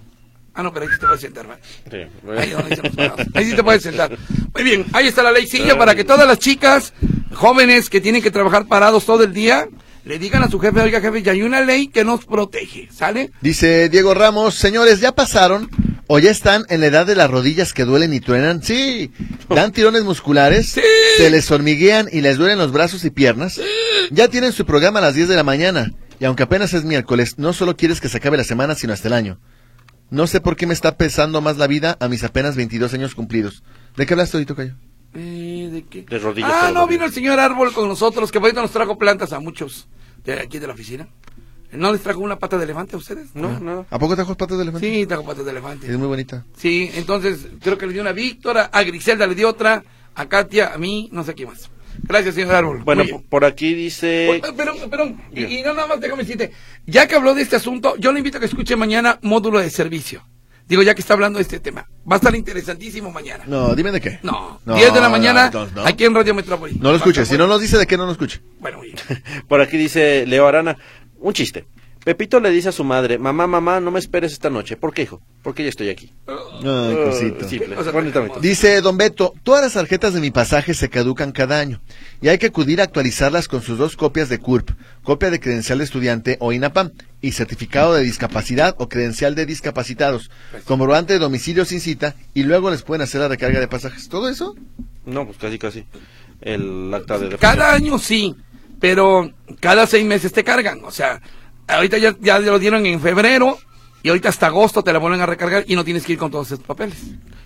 [SPEAKER 1] Ah, no, pero ahí sí te puedes sentar, ¿verdad?
[SPEAKER 2] Sí.
[SPEAKER 1] Ahí, donde dicen Los Parados. Ahí sí te puedes sentar. Muy bien, ahí está la ley silla para que todas las chicas jóvenes que tienen que trabajar parados todo el día le digan a su jefe, oiga jefe, ya hay una ley que nos protege, ¿sale?
[SPEAKER 3] Dice Diego Ramos, señores, ¿ya pasaron o ya están en la edad de las rodillas que duelen y truenan? Sí, dan tirones musculares, se les hormiguean y les duelen los brazos y piernas. Ya tienen su programa a las 10 de la mañana y aunque apenas es miércoles, no solo quieres que se acabe la semana, sino hasta el año. No sé por qué me está pesando más la vida a mis apenas 22 años cumplidos. ¿De qué hablaste ahorita, Cayo?
[SPEAKER 1] Eh, ¿De qué?
[SPEAKER 2] De rodillas,
[SPEAKER 1] Ah,
[SPEAKER 2] todo
[SPEAKER 1] no,
[SPEAKER 2] rodillas.
[SPEAKER 1] vino el señor Árbol con nosotros, que ahorita nos trajo plantas a muchos de aquí de la oficina. ¿No les trajo una pata de elefante a ustedes?
[SPEAKER 2] No, nada.
[SPEAKER 3] ¿A poco trajo patas de elefante?
[SPEAKER 1] Sí, trajo patas de elefante.
[SPEAKER 3] Es muy bonita.
[SPEAKER 1] Sí, entonces creo que le dio una a Víctor, a- a Griselda le dio otra, a Katia, a mí, no sé qué más. Gracias, señor Árbol.
[SPEAKER 2] Bueno, eh,
[SPEAKER 1] Muy
[SPEAKER 2] por-
[SPEAKER 1] bien.
[SPEAKER 2] por aquí dice...
[SPEAKER 1] Oye, Perdón, perdón, y,
[SPEAKER 2] Bien.
[SPEAKER 1] y no nada más déjame decirte, ya que habló de este asunto, yo le invito a que escuche mañana módulo de servicio. Digo, ya que está hablando de este tema, va a estar interesantísimo mañana.
[SPEAKER 3] No, dime de qué.
[SPEAKER 1] No, 10 de la mañana,
[SPEAKER 3] no, no.
[SPEAKER 1] aquí en Radio Metrópoli.
[SPEAKER 3] No lo escuches,
[SPEAKER 1] Hasta
[SPEAKER 3] si no
[SPEAKER 1] luego.
[SPEAKER 3] nos dice de qué, no lo escuche.
[SPEAKER 1] Bueno, muy bien.
[SPEAKER 2] Por aquí dice Leo Arana, un chiste. Pepito le dice a su madre, mamá, mamá, no me esperes esta noche. ¿Por qué, hijo? Porque ya estoy aquí.
[SPEAKER 3] Ay,
[SPEAKER 2] Ah,
[SPEAKER 3] cosita.
[SPEAKER 2] simple,
[SPEAKER 1] O sea,
[SPEAKER 2] bonitamente.
[SPEAKER 1] tenemos-
[SPEAKER 3] Dice Don Beto, todas las tarjetas de mi pasaje se caducan cada año y hay que acudir a actualizarlas con sus dos copias de CURP, copia de credencial de estudiante o INAPAM y certificado de discapacidad o credencial de discapacitados, comprobante de domicilio sin cita y luego les pueden hacer la recarga de pasajes. ¿Todo eso?
[SPEAKER 2] No, pues casi, casi. El acta de
[SPEAKER 1] Cada año sí, pero cada seis meses te cargan. O sea, ahorita ya, ya lo dieron en febrero y ahorita hasta agosto te la vuelven a recargar y no tienes que ir con todos esos papeles.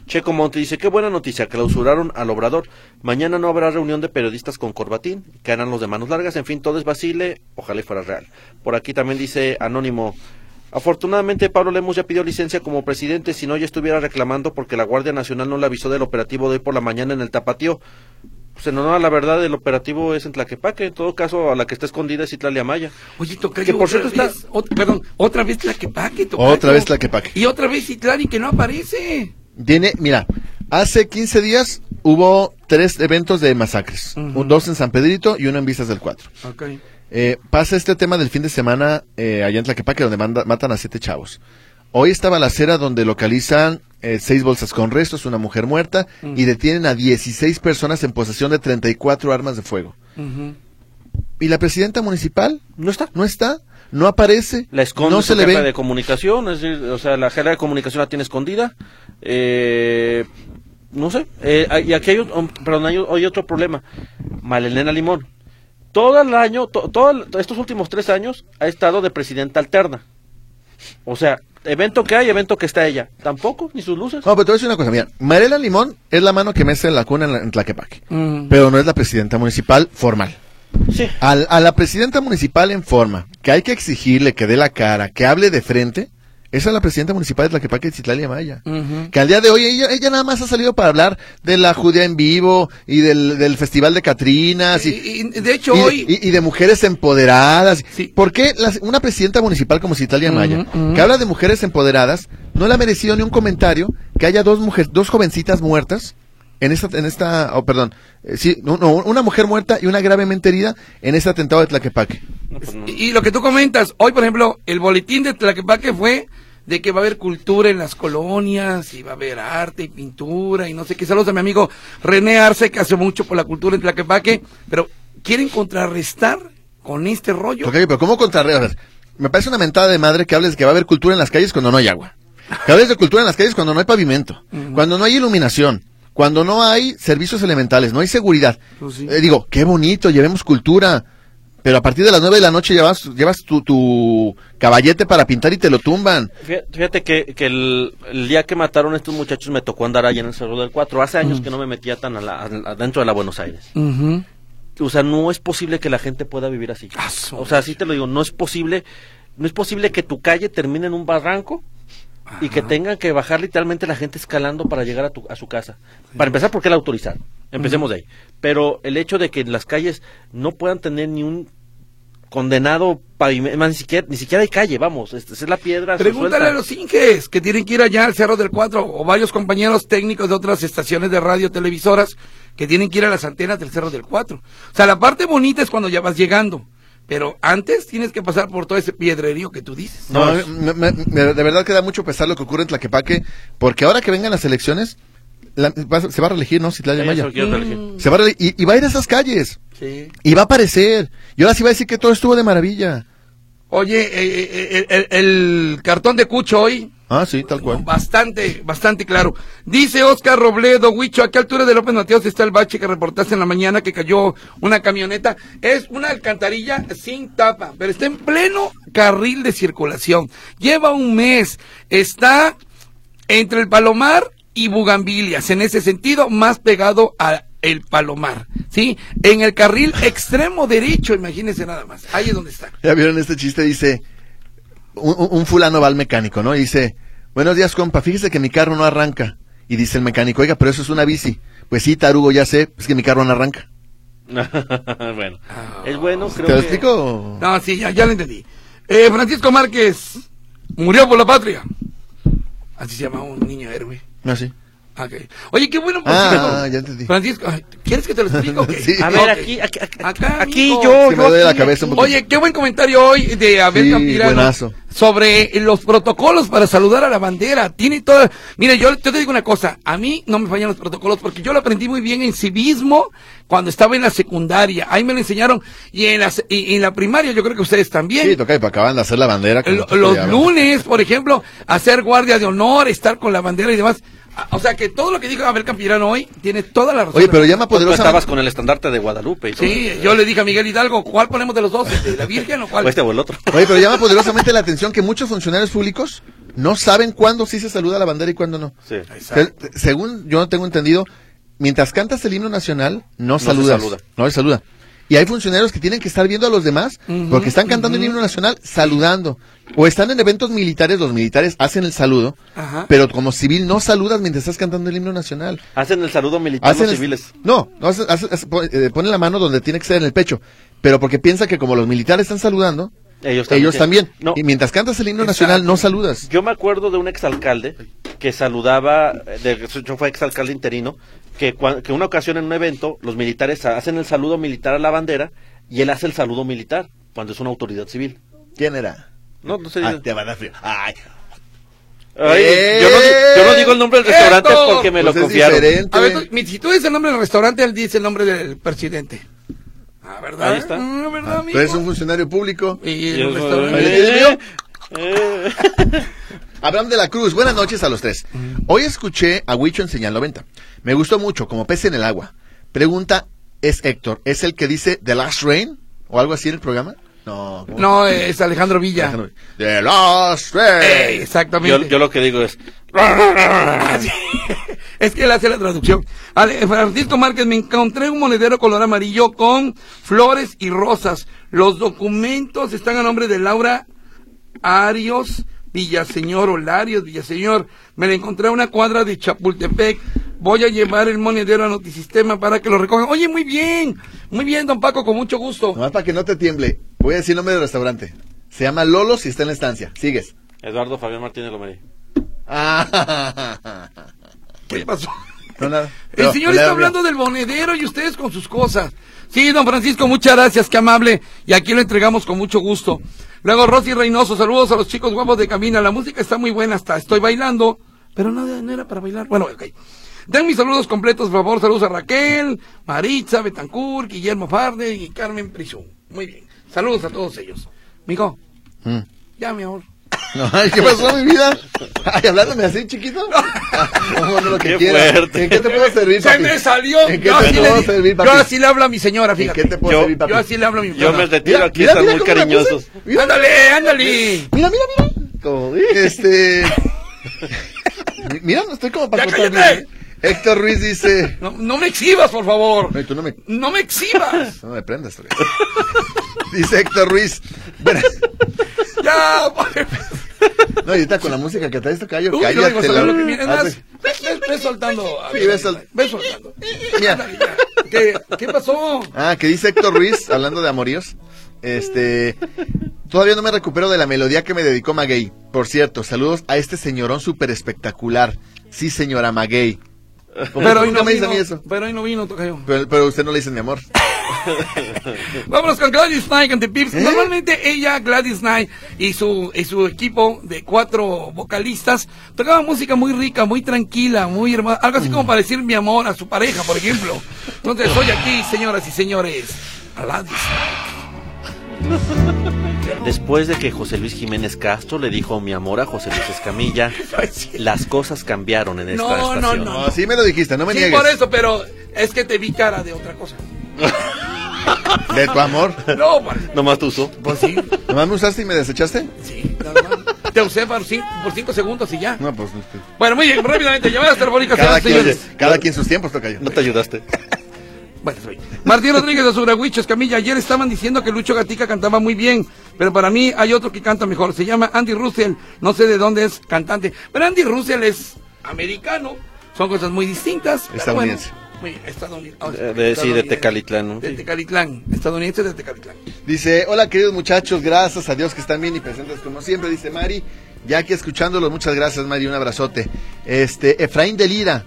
[SPEAKER 2] Checo Monte dice, qué buena noticia, clausuraron al Obrador. Mañana no habrá reunión de periodistas con Corbatín, caerán los de manos largas, en fin, todo es Basile, ojalá y fuera real. Por aquí también dice Anónimo, afortunadamente Pablo Lemos ya pidió licencia como presidente, si no ya estuviera reclamando porque la Guardia Nacional no le avisó del operativo de hoy por la mañana en el Tapatío. Pues en honor a la verdad, el operativo es en Tlaquepaque. En todo caso, a la que está escondida es Italia Maya.
[SPEAKER 1] Oye, Tocayo,
[SPEAKER 2] Que por
[SPEAKER 1] otra
[SPEAKER 2] cierto está-
[SPEAKER 1] vez- ot- perdón, otra vez Tlaquepaque, Tocayo.
[SPEAKER 3] Otra vez Tlaquepaque.
[SPEAKER 1] Y otra vez Citlali que no aparece.
[SPEAKER 3] Tiene, mira, hace 15 días hubo tres eventos de masacres.
[SPEAKER 1] Ujú.
[SPEAKER 3] Un- Dos en San Pedrito y uno en Vistas del 4. Eh, pasa este tema del fin de semana eh, allá en Tlaquepaque, donde manda- matan a siete chavos. Hoy está balacera donde localizan eh, seis bolsas con restos, una mujer muerta
[SPEAKER 1] Mm.
[SPEAKER 3] y detienen a 16 personas en posesión de 34 armas de fuego.
[SPEAKER 1] Ujú.
[SPEAKER 3] ¿Y la presidenta municipal?
[SPEAKER 2] No está.
[SPEAKER 3] No está, no aparece,
[SPEAKER 2] La esconde
[SPEAKER 3] no
[SPEAKER 2] su
[SPEAKER 3] se le
[SPEAKER 2] jefa
[SPEAKER 3] ve.
[SPEAKER 2] de comunicación, es decir, o sea, la jerarquía de comunicación la tiene escondida. Eh, no sé. eh, y aquí hay, un- um, perdón, hay, hay otro problema. Malelena Limón. Todo el año, to- todo el- estos últimos tres años, ha estado de presidenta alterna. O sea, evento que hay, evento que está ella. Tampoco, ni sus luces.
[SPEAKER 3] No, pero te voy a decir una cosa, mira, Mariela Limón es la mano que mece en la cuna en, la- en Tlaquepaque,
[SPEAKER 1] Mm.
[SPEAKER 3] pero no es la presidenta municipal formal.
[SPEAKER 2] Sí.
[SPEAKER 3] Al- a la presidenta municipal en forma, que hay que exigirle que dé la cara, que hable de frente, esa es la presidenta municipal de Tlaquepaque, Chitlali Amaya.
[SPEAKER 1] Ujú.
[SPEAKER 3] Que al día de hoy ella, ella nada más ha salido para hablar de la Judea en vivo y del, del Festival de Catrinas y,
[SPEAKER 1] Y- y de hecho,
[SPEAKER 3] Ah, y de-
[SPEAKER 1] hoy.
[SPEAKER 3] y- y de mujeres empoderadas.
[SPEAKER 1] Sí.
[SPEAKER 3] ¿Por qué las- una presidenta municipal como Citalia Maya, que habla de mujeres empoderadas, no le ha merecido ni un comentario que haya dos mujeres, dos jovencitas muertas en esta, en esta, oh, perdón, eh, sí, no, no, una mujer muerta y una gravemente herida en este atentado de Tlaquepaque?
[SPEAKER 1] Y y lo que tú comentas, hoy por ejemplo, el boletín de Tlaquepaque fue de que va a haber cultura en las colonias, y va a haber arte y pintura, y no sé qué. Saludos a mi amigo René Arce, que hace mucho por la cultura en Tlaquepaque, pero quieren contrarrestar con este rollo.
[SPEAKER 3] Ok, pero ¿cómo contrarrestar? A ver, Me parece una mentada de madre que hables que va a haber cultura en las calles cuando no hay agua. Que hables de cultura en las calles cuando no hay pavimento, cuando no hay iluminación, cuando no hay servicios elementales, no hay seguridad.
[SPEAKER 1] Pues sí.
[SPEAKER 3] Eh, digo, qué bonito, llevemos cultura. Pero a partir de las nueve de la noche llevas, llevas tu, tu caballete para pintar y te lo tumban.
[SPEAKER 2] Fíjate fíjate que, que el, el día que mataron a estos muchachos me tocó andar allá en el Cerro del Cuatro. Hace años
[SPEAKER 3] Mm.
[SPEAKER 2] que no me metía tan a la- a- adentro de la Buenos Aires.
[SPEAKER 1] Ujú.
[SPEAKER 2] o sea, no es posible que la gente pueda vivir así.
[SPEAKER 1] Ah, su
[SPEAKER 2] O sea, así te lo digo, no es posible, no es posible que tu calle termine en un barranco y que tengan que bajar literalmente la gente escalando para llegar a, tu- a su casa. Para empezar, porque la autorizaron. Empecemos de ahí. Pero el hecho de que en las calles no puedan tener ni un condenado pavimento, más, ni siquiera, ni siquiera hay calle, vamos, este, es, es la piedra. se
[SPEAKER 1] Pregúntale
[SPEAKER 2] suelta. Eh,
[SPEAKER 1] a los Inges que tienen que ir allá al Cerro del Cuatro o varios compañeros técnicos de otras estaciones de radio, televisoras, que tienen que ir a las antenas del Cerro del Cuatro. O sea, la parte bonita es cuando ya vas llegando, pero antes tienes que pasar por todo ese piedrerío que tú dices.
[SPEAKER 3] No,
[SPEAKER 2] No,
[SPEAKER 3] a mí- me- me- me- de verdad que da mucho pesar lo que ocurre en Tlaquepaque, porque ahora que vengan las elecciones, la- va- se va a reelegir, ¿no? Citlali
[SPEAKER 2] Eso
[SPEAKER 3] Maya.
[SPEAKER 2] quiero corregir.
[SPEAKER 3] Se va a reele- y- y va a ir a esas calles.
[SPEAKER 1] Sí.
[SPEAKER 3] Y va a aparecer. Y ahora sí va a decir que todo estuvo de maravilla.
[SPEAKER 1] Oye, eh, eh, el, el- el cartón de Cucho hoy,
[SPEAKER 3] Ah, sí, tal cual.
[SPEAKER 1] bastante, bastante claro. Dice Oscar Robledo, Huicho, ¿a qué altura de López Mateos está el bache que reportaste en la mañana que cayó una camioneta? Es una alcantarilla sin tapa, pero está en pleno carril de circulación. Lleva un mes, está entre el Palomar y Bugambilias, en ese sentido, más pegado a el Palomar, ¿sí? En el carril extremo derecho, imagínense nada más, ahí es donde está.
[SPEAKER 3] Ya vieron este chiste, dice, un, un- un fulano va al mecánico, ¿no? Y dice, buenos días, compa, fíjese que mi carro no arranca. Y dice el mecánico, oiga, pero eso es una bici. Pues sí, tarugo, ya sé, es que mi carro no arranca.
[SPEAKER 2] bueno,
[SPEAKER 1] Ah.
[SPEAKER 2] es bueno, creo
[SPEAKER 3] ¿Te lo
[SPEAKER 2] que-
[SPEAKER 3] explico?
[SPEAKER 1] No, sí, ya, ya lo entendí. Eh, Francisco Márquez murió por la patria. Así se llama un niño héroe.
[SPEAKER 3] No, sí.
[SPEAKER 1] Ah, ok. Oye, qué bueno. por
[SPEAKER 3] Ah,
[SPEAKER 1] cierto.
[SPEAKER 3] ya entendí.
[SPEAKER 1] Francisco, ay, ¿quieres que te lo explique? o qué?
[SPEAKER 3] Sí.
[SPEAKER 2] A ver,
[SPEAKER 1] Ok.
[SPEAKER 2] aquí, aquí, aquí,
[SPEAKER 1] Acá,
[SPEAKER 2] aquí
[SPEAKER 1] amigo.
[SPEAKER 2] yo,
[SPEAKER 3] Sí, me
[SPEAKER 2] yo
[SPEAKER 3] duele la
[SPEAKER 2] aquí,
[SPEAKER 3] cabeza un
[SPEAKER 2] aquí.
[SPEAKER 3] poquito.
[SPEAKER 1] Oye, qué buen comentario hoy de Abel
[SPEAKER 3] Sí,
[SPEAKER 1] Campirano
[SPEAKER 3] buenazo.
[SPEAKER 1] sobre los protocolos para saludar a la bandera. Tiene toda. Mire, yo, yo te digo una cosa. A mí no me fallan los protocolos porque yo lo aprendí muy bien en civismo cuando estaba en la secundaria. Ahí me lo enseñaron y en la, se- y, y en la primaria. Yo creo que ustedes también.
[SPEAKER 3] Sí, toca, y pa' acaban de hacer la bandera. como
[SPEAKER 1] Lo-
[SPEAKER 3] tú
[SPEAKER 1] los
[SPEAKER 3] te llamas.
[SPEAKER 1] lunes, por ejemplo, hacer guardia de honor, estar con la bandera y demás. A- O sea que todo lo que dijo Abel Campirano hoy tiene toda la razón.
[SPEAKER 3] Oye, pero llama
[SPEAKER 2] Tú estabas
[SPEAKER 3] poderosamente.
[SPEAKER 2] con el estandarte de Guadalupe. y todo.
[SPEAKER 1] Sí, yo le dije a Miguel Hidalgo, ¿cuál ponemos de los dos? ¿El de la Virgen o cuál?
[SPEAKER 3] Pues,
[SPEAKER 2] O este o el otro.
[SPEAKER 3] Oye, pero llama poderosamente la atención que muchos funcionarios públicos no saben cuándo sí se saluda la bandera y cuándo no.
[SPEAKER 2] Sí.
[SPEAKER 3] Se- Según yo tengo entendido, mientras cantas el himno nacional, no,
[SPEAKER 2] se
[SPEAKER 3] saludas.
[SPEAKER 2] saluda.
[SPEAKER 3] No se saluda. Y hay funcionarios que tienen que estar viendo a los demás porque están cantando el himno nacional saludando. O están en eventos militares, los militares hacen el saludo,
[SPEAKER 1] Ajá.
[SPEAKER 3] pero como civil no saludas mientras estás cantando el himno nacional.
[SPEAKER 2] Hacen el saludo militar
[SPEAKER 3] Hacen
[SPEAKER 2] los
[SPEAKER 3] el-
[SPEAKER 2] civiles.
[SPEAKER 3] No, no hacen- hacen- hacen- pon- eh, ponen la mano donde tiene que ser en el pecho, pero porque piensa que como los militares están saludando,
[SPEAKER 2] Ellos también.
[SPEAKER 3] ellos también.
[SPEAKER 2] No.
[SPEAKER 3] Y mientras cantas el himno nacional no saludas.
[SPEAKER 2] Yo me acuerdo de un exalcalde que saludaba, eh, de, yo fue exalcalde interino, que, cua- que una ocasión en un evento los militares hacen el saludo militar a la bandera y él hace el saludo militar cuando es una autoridad civil.
[SPEAKER 3] ¿Quién era?
[SPEAKER 2] No, no sé.
[SPEAKER 3] Ah, te van a frío. Ay,
[SPEAKER 2] Ay,
[SPEAKER 3] ¡Eh!
[SPEAKER 2] yo, no, yo no digo el nombre del restaurante
[SPEAKER 1] ¡Esto!
[SPEAKER 2] porque me
[SPEAKER 3] pues
[SPEAKER 2] lo
[SPEAKER 3] es
[SPEAKER 2] confiaron.
[SPEAKER 3] diferente.
[SPEAKER 1] A ver, pues, tú- mi- si tú dices el nombre del restaurante, él dice el nombre del presidente. Ah, ¿verdad?
[SPEAKER 2] Ahí está.
[SPEAKER 1] Ah, ¿verdad,
[SPEAKER 3] Ah, tú
[SPEAKER 1] amigo?
[SPEAKER 3] eres un funcionario público.
[SPEAKER 1] Y
[SPEAKER 2] Y
[SPEAKER 1] el
[SPEAKER 2] yo soy-
[SPEAKER 1] restaurante-
[SPEAKER 2] Eh, eh.
[SPEAKER 3] Abraham de la Cruz, buenas noches a los tres. Hoy escuché a Huicho en Señal 90. Me gustó mucho, como pez en el agua. Pregunta, ¿es Héctor? ¿Es el que dice The Last Rain? ¿O algo así en el programa? No. ¿cómo?
[SPEAKER 1] No, eh, es Alejandro Villa.
[SPEAKER 3] Déjame ver. The Last Rain.
[SPEAKER 1] Eh, exactamente.
[SPEAKER 2] Yo, yo lo que digo es,
[SPEAKER 1] Así. Es que él hace la traducción. Ale- Francisco Márquez, me encontré un monedero color amarillo con flores y rosas. Los documentos están a nombre de Laura Arios Villaseñor o Larios Villaseñor. Me la encontré a una cuadra de Chapultepec. Voy a llevar el monedero a Notisistema para que lo recojan. Oye, muy bien. Muy bien, don Paco, con mucho gusto.
[SPEAKER 3] Nomás para que no te tiemble, voy a decir el nombre del restaurante. Se llama Lolos y está en la estancia. Sigues.
[SPEAKER 2] Eduardo Fabián Martínez Lomerí.
[SPEAKER 3] Ah,
[SPEAKER 1] ¿Qué pasó?
[SPEAKER 3] no, nada.
[SPEAKER 1] El
[SPEAKER 3] No,
[SPEAKER 1] señor
[SPEAKER 3] no le
[SPEAKER 1] está
[SPEAKER 3] abrió.
[SPEAKER 1] hablando del monedero y ustedes con sus cosas. Sí, don Francisco, muchas gracias, qué amable. Y aquí lo entregamos con mucho gusto. Luego Rosy Reynoso, saludos a los chicos guapos de Camina. La música está muy buena, hasta estoy bailando. Pero no, no era para bailar. Bueno, ok. Den mis saludos completos, por favor. Saludos a Raquel, Maritza, Betancourt, Guillermo Farde y Carmen Prisú. Muy bien. Saludos a todos ellos. Mijo,
[SPEAKER 3] Mm.
[SPEAKER 1] ya, mi amor.
[SPEAKER 3] No, ay, ¿qué pasó, mi vida? Ay, hablándome así, chiquito. No, no, lo que
[SPEAKER 2] Qué
[SPEAKER 3] quieras.
[SPEAKER 2] fuerte.
[SPEAKER 3] ¿En qué te puedo servir,
[SPEAKER 1] Se
[SPEAKER 3] papi?
[SPEAKER 1] me salió.
[SPEAKER 3] ¿En qué
[SPEAKER 1] Yo
[SPEAKER 3] te
[SPEAKER 1] así,
[SPEAKER 3] puedo
[SPEAKER 1] le, di-
[SPEAKER 3] servir, papi?
[SPEAKER 1] yo así le hablo a mi señora,
[SPEAKER 3] ¿En
[SPEAKER 1] fíjate.
[SPEAKER 3] qué te puedo
[SPEAKER 2] Yo-
[SPEAKER 3] servir, papi?
[SPEAKER 1] Yo así le hablo a mi
[SPEAKER 2] Yo me
[SPEAKER 1] señora.
[SPEAKER 2] retiro, aquí están muy
[SPEAKER 3] cómo la puse.
[SPEAKER 2] cariñosos.
[SPEAKER 3] Mira,
[SPEAKER 1] Ándale, ándale.
[SPEAKER 3] mira, mira. mira. Como, este... mira, no estoy como para
[SPEAKER 1] Ya
[SPEAKER 3] cortar
[SPEAKER 1] cállate.
[SPEAKER 3] bien, ¿eh? Héctor Ruiz dice...
[SPEAKER 1] No, no me exhibas, por favor.
[SPEAKER 3] No, y tú no me...
[SPEAKER 1] No me exhibas.
[SPEAKER 3] No me prendas, güey. Dice Héctor Ruis.
[SPEAKER 1] Ya.
[SPEAKER 3] no, ahorita con la música que traes, tocayo,
[SPEAKER 1] Uy,
[SPEAKER 3] cállate.
[SPEAKER 1] no digo, solo
[SPEAKER 3] la-
[SPEAKER 1] lo que viene, es más,
[SPEAKER 3] Hace-
[SPEAKER 1] Ves ves soltando. a
[SPEAKER 3] Sí,
[SPEAKER 1] ver,
[SPEAKER 3] ves sol-
[SPEAKER 1] Ves soltando.
[SPEAKER 3] Mira.
[SPEAKER 1] ¿Qué, ¿Qué pasó?
[SPEAKER 3] Ah, que dice Héctor Ruiz, hablando de amoríos. Este. Todavía no me recupero de la melodía que me dedicó Maguey. Por cierto, saludos a este señorón súper espectacular. Sí, señora Maguey. Como
[SPEAKER 1] Pero
[SPEAKER 3] tú
[SPEAKER 1] hoy
[SPEAKER 3] nunca
[SPEAKER 1] no
[SPEAKER 3] pues, me dices
[SPEAKER 1] vino.
[SPEAKER 3] a
[SPEAKER 1] Ah.
[SPEAKER 3] mí eso.
[SPEAKER 1] Pero hoy no vino, tocayo.
[SPEAKER 3] Pero, pero usted no le dice mi amor.
[SPEAKER 1] Vámonos con Gladys Knight and the
[SPEAKER 3] ¿Eh?
[SPEAKER 1] Pips. Normalmente ella, Gladys Knight y su, y su equipo de cuatro vocalistas tocaban música muy rica, muy tranquila, muy herma- algo así
[SPEAKER 3] Mm.
[SPEAKER 1] como para decir mi amor a su pareja, por ejemplo. Entonces, soy aquí, señoras y señores, Gladys Knight.
[SPEAKER 2] Después de que José Luis Jiménez Castro le dijo mi amor a José Luis Escamilla, las cosas cambiaron en esta
[SPEAKER 1] No, no,
[SPEAKER 2] estación.
[SPEAKER 1] no.
[SPEAKER 3] No, sí me lo dijiste, no me
[SPEAKER 1] Sí,
[SPEAKER 3] niegues.
[SPEAKER 1] por eso, pero es que te vi cara de otra cosa.
[SPEAKER 3] De tu amor.
[SPEAKER 1] No, pues,
[SPEAKER 2] Nomás te usó.
[SPEAKER 1] pues sí,
[SPEAKER 3] ¿Nomás me usaste y me desechaste?
[SPEAKER 1] sí, nada más. Te usé por cinco, por cinco segundos y ya.
[SPEAKER 3] No, pues. este,
[SPEAKER 1] Bueno, muy bien, rápidamente, llamadas telefónicas.
[SPEAKER 3] Cada
[SPEAKER 1] señoras y
[SPEAKER 3] quien,
[SPEAKER 1] señores.
[SPEAKER 3] cada quien sus tiempos, tocayo.
[SPEAKER 2] No te ayudaste.
[SPEAKER 1] Bueno, soy. Martín Rodríguez de Sobrahuichos, Camilla. Ayer estaban diciendo que Lucho Gatica cantaba muy bien, pero para mí hay otro que canta mejor. Se llama Andy Russell. No sé de dónde es cantante, pero Andy Russell es americano. Son cosas muy distintas. pero
[SPEAKER 3] Estadounidense.
[SPEAKER 1] bueno, muy estadounidense.
[SPEAKER 2] De- de- sí, de Tecalitlán, ¿no?
[SPEAKER 1] De Tecalitlán. Estadounidense de Tecalitlán.
[SPEAKER 3] Dice, hola queridos muchachos, gracias a Dios que están bien y presentes como siempre, dice Mari. Ya aquí escuchándolos, muchas gracias Mari, un abrazote. Este, Efraín de Lira,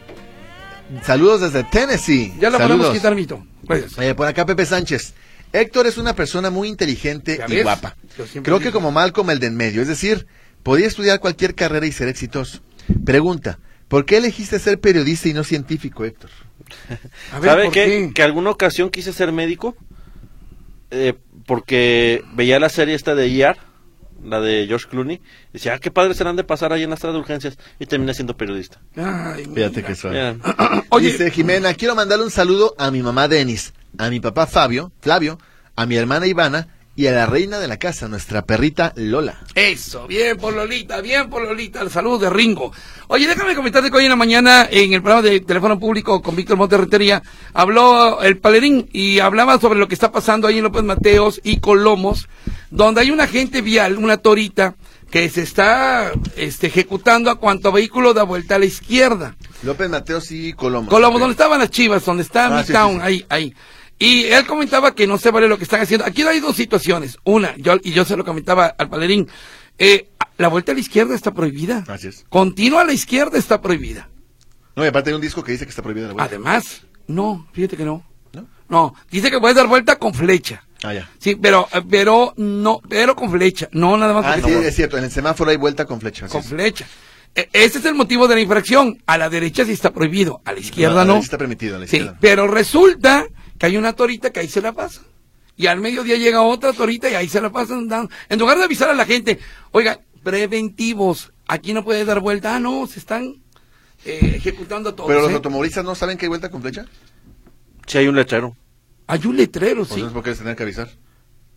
[SPEAKER 3] saludos desde Tennessee.
[SPEAKER 1] Ya la
[SPEAKER 3] saludos.
[SPEAKER 1] podemos quitar, Pues, Mito. Gracias.
[SPEAKER 3] Eh, por acá Pepe Sánchez. Héctor es una persona muy inteligente
[SPEAKER 1] ¿Ya
[SPEAKER 3] y
[SPEAKER 1] ves?
[SPEAKER 3] guapa.
[SPEAKER 1] Yo siempre
[SPEAKER 3] Creo
[SPEAKER 1] digo.
[SPEAKER 3] que como Malcolm el de en medio, es decir, podía estudiar cualquier carrera y ser exitoso. Pregunta, ¿por qué elegiste ser periodista y no científico, Héctor?
[SPEAKER 1] A ver,
[SPEAKER 2] ¿Sabe
[SPEAKER 1] ¿por
[SPEAKER 2] qué?
[SPEAKER 1] qué?
[SPEAKER 2] Que alguna ocasión quise ser médico eh, porque veía la serie esta de IAR, la de George Clooney. y Decía, ah, qué padre serán de pasar ahí en las de urgencias. Y terminé siendo periodista.
[SPEAKER 1] Ay, mira.
[SPEAKER 3] suena.
[SPEAKER 2] Ya.
[SPEAKER 1] Oye,
[SPEAKER 3] Dice Jimena, quiero mandarle un saludo a mi mamá Denis, a mi papá Fabio, Flavio, a mi hermana Ivana y a la reina de la casa, nuestra perrita Lola.
[SPEAKER 1] Eso, bien por Lolita, bien por Lolita, el saludo de Ringo. Oye, déjame comentarte que hoy en la mañana en el programa de teléfono público con Víctor Monterretería habló el paladín y hablaba sobre lo que está pasando ahí en López Mateos y Colomos, donde hay un agente vial, una torita, que se está este, ejecutando a cuanto vehículo da vuelta a la izquierda.
[SPEAKER 3] López Mateos y Colombo.
[SPEAKER 1] Colomos, donde estaban las chivas, donde está
[SPEAKER 3] Ah, sí,
[SPEAKER 1] Midtown,
[SPEAKER 3] sí, sí.
[SPEAKER 1] ahí, ahí. Y él comentaba que no se vale lo que están haciendo. Aquí hay dos situaciones. Una, yo, y yo se lo comentaba al palerín, eh, la vuelta a la izquierda está prohibida.
[SPEAKER 3] Así es.
[SPEAKER 1] Continua a la izquierda está prohibida.
[SPEAKER 3] No, y aparte hay un disco que dice que está prohibida la vuelta.
[SPEAKER 1] Además, no, fíjate que no.
[SPEAKER 3] ¿No?
[SPEAKER 1] No, dice que puedes dar vuelta con flecha.
[SPEAKER 3] Ah, ya.
[SPEAKER 1] Sí, pero, eh, pero no, pero con flecha, no nada más
[SPEAKER 3] Ah,
[SPEAKER 1] porque-
[SPEAKER 3] sí, es cierto, en el semáforo hay vuelta con flecha. así
[SPEAKER 1] con
[SPEAKER 3] es.
[SPEAKER 1] flecha. E- Ese es el motivo de la infracción. A la derecha sí está prohibido, a la
[SPEAKER 3] No,
[SPEAKER 1] izquierda
[SPEAKER 3] a la
[SPEAKER 1] no.
[SPEAKER 3] derecha Ah, está permitido, a la
[SPEAKER 1] Sí,
[SPEAKER 3] izquierda no.
[SPEAKER 1] pero resulta que hay una torita que ahí se la pasa. Y al mediodía llega otra torita y ahí se la pasan dando. En lugar de avisar a la gente, oiga, preventivos, aquí no puede dar vuelta. Ah, no, se están eh, ejecutando todos.
[SPEAKER 3] Pero los
[SPEAKER 1] ¿eh?
[SPEAKER 3] automovilistas no saben que hay vuelta con flecha.
[SPEAKER 2] Si hay un letrero.
[SPEAKER 1] Hay un letrero,
[SPEAKER 3] Pues
[SPEAKER 1] sí.
[SPEAKER 3] no es porque les tener que avisar.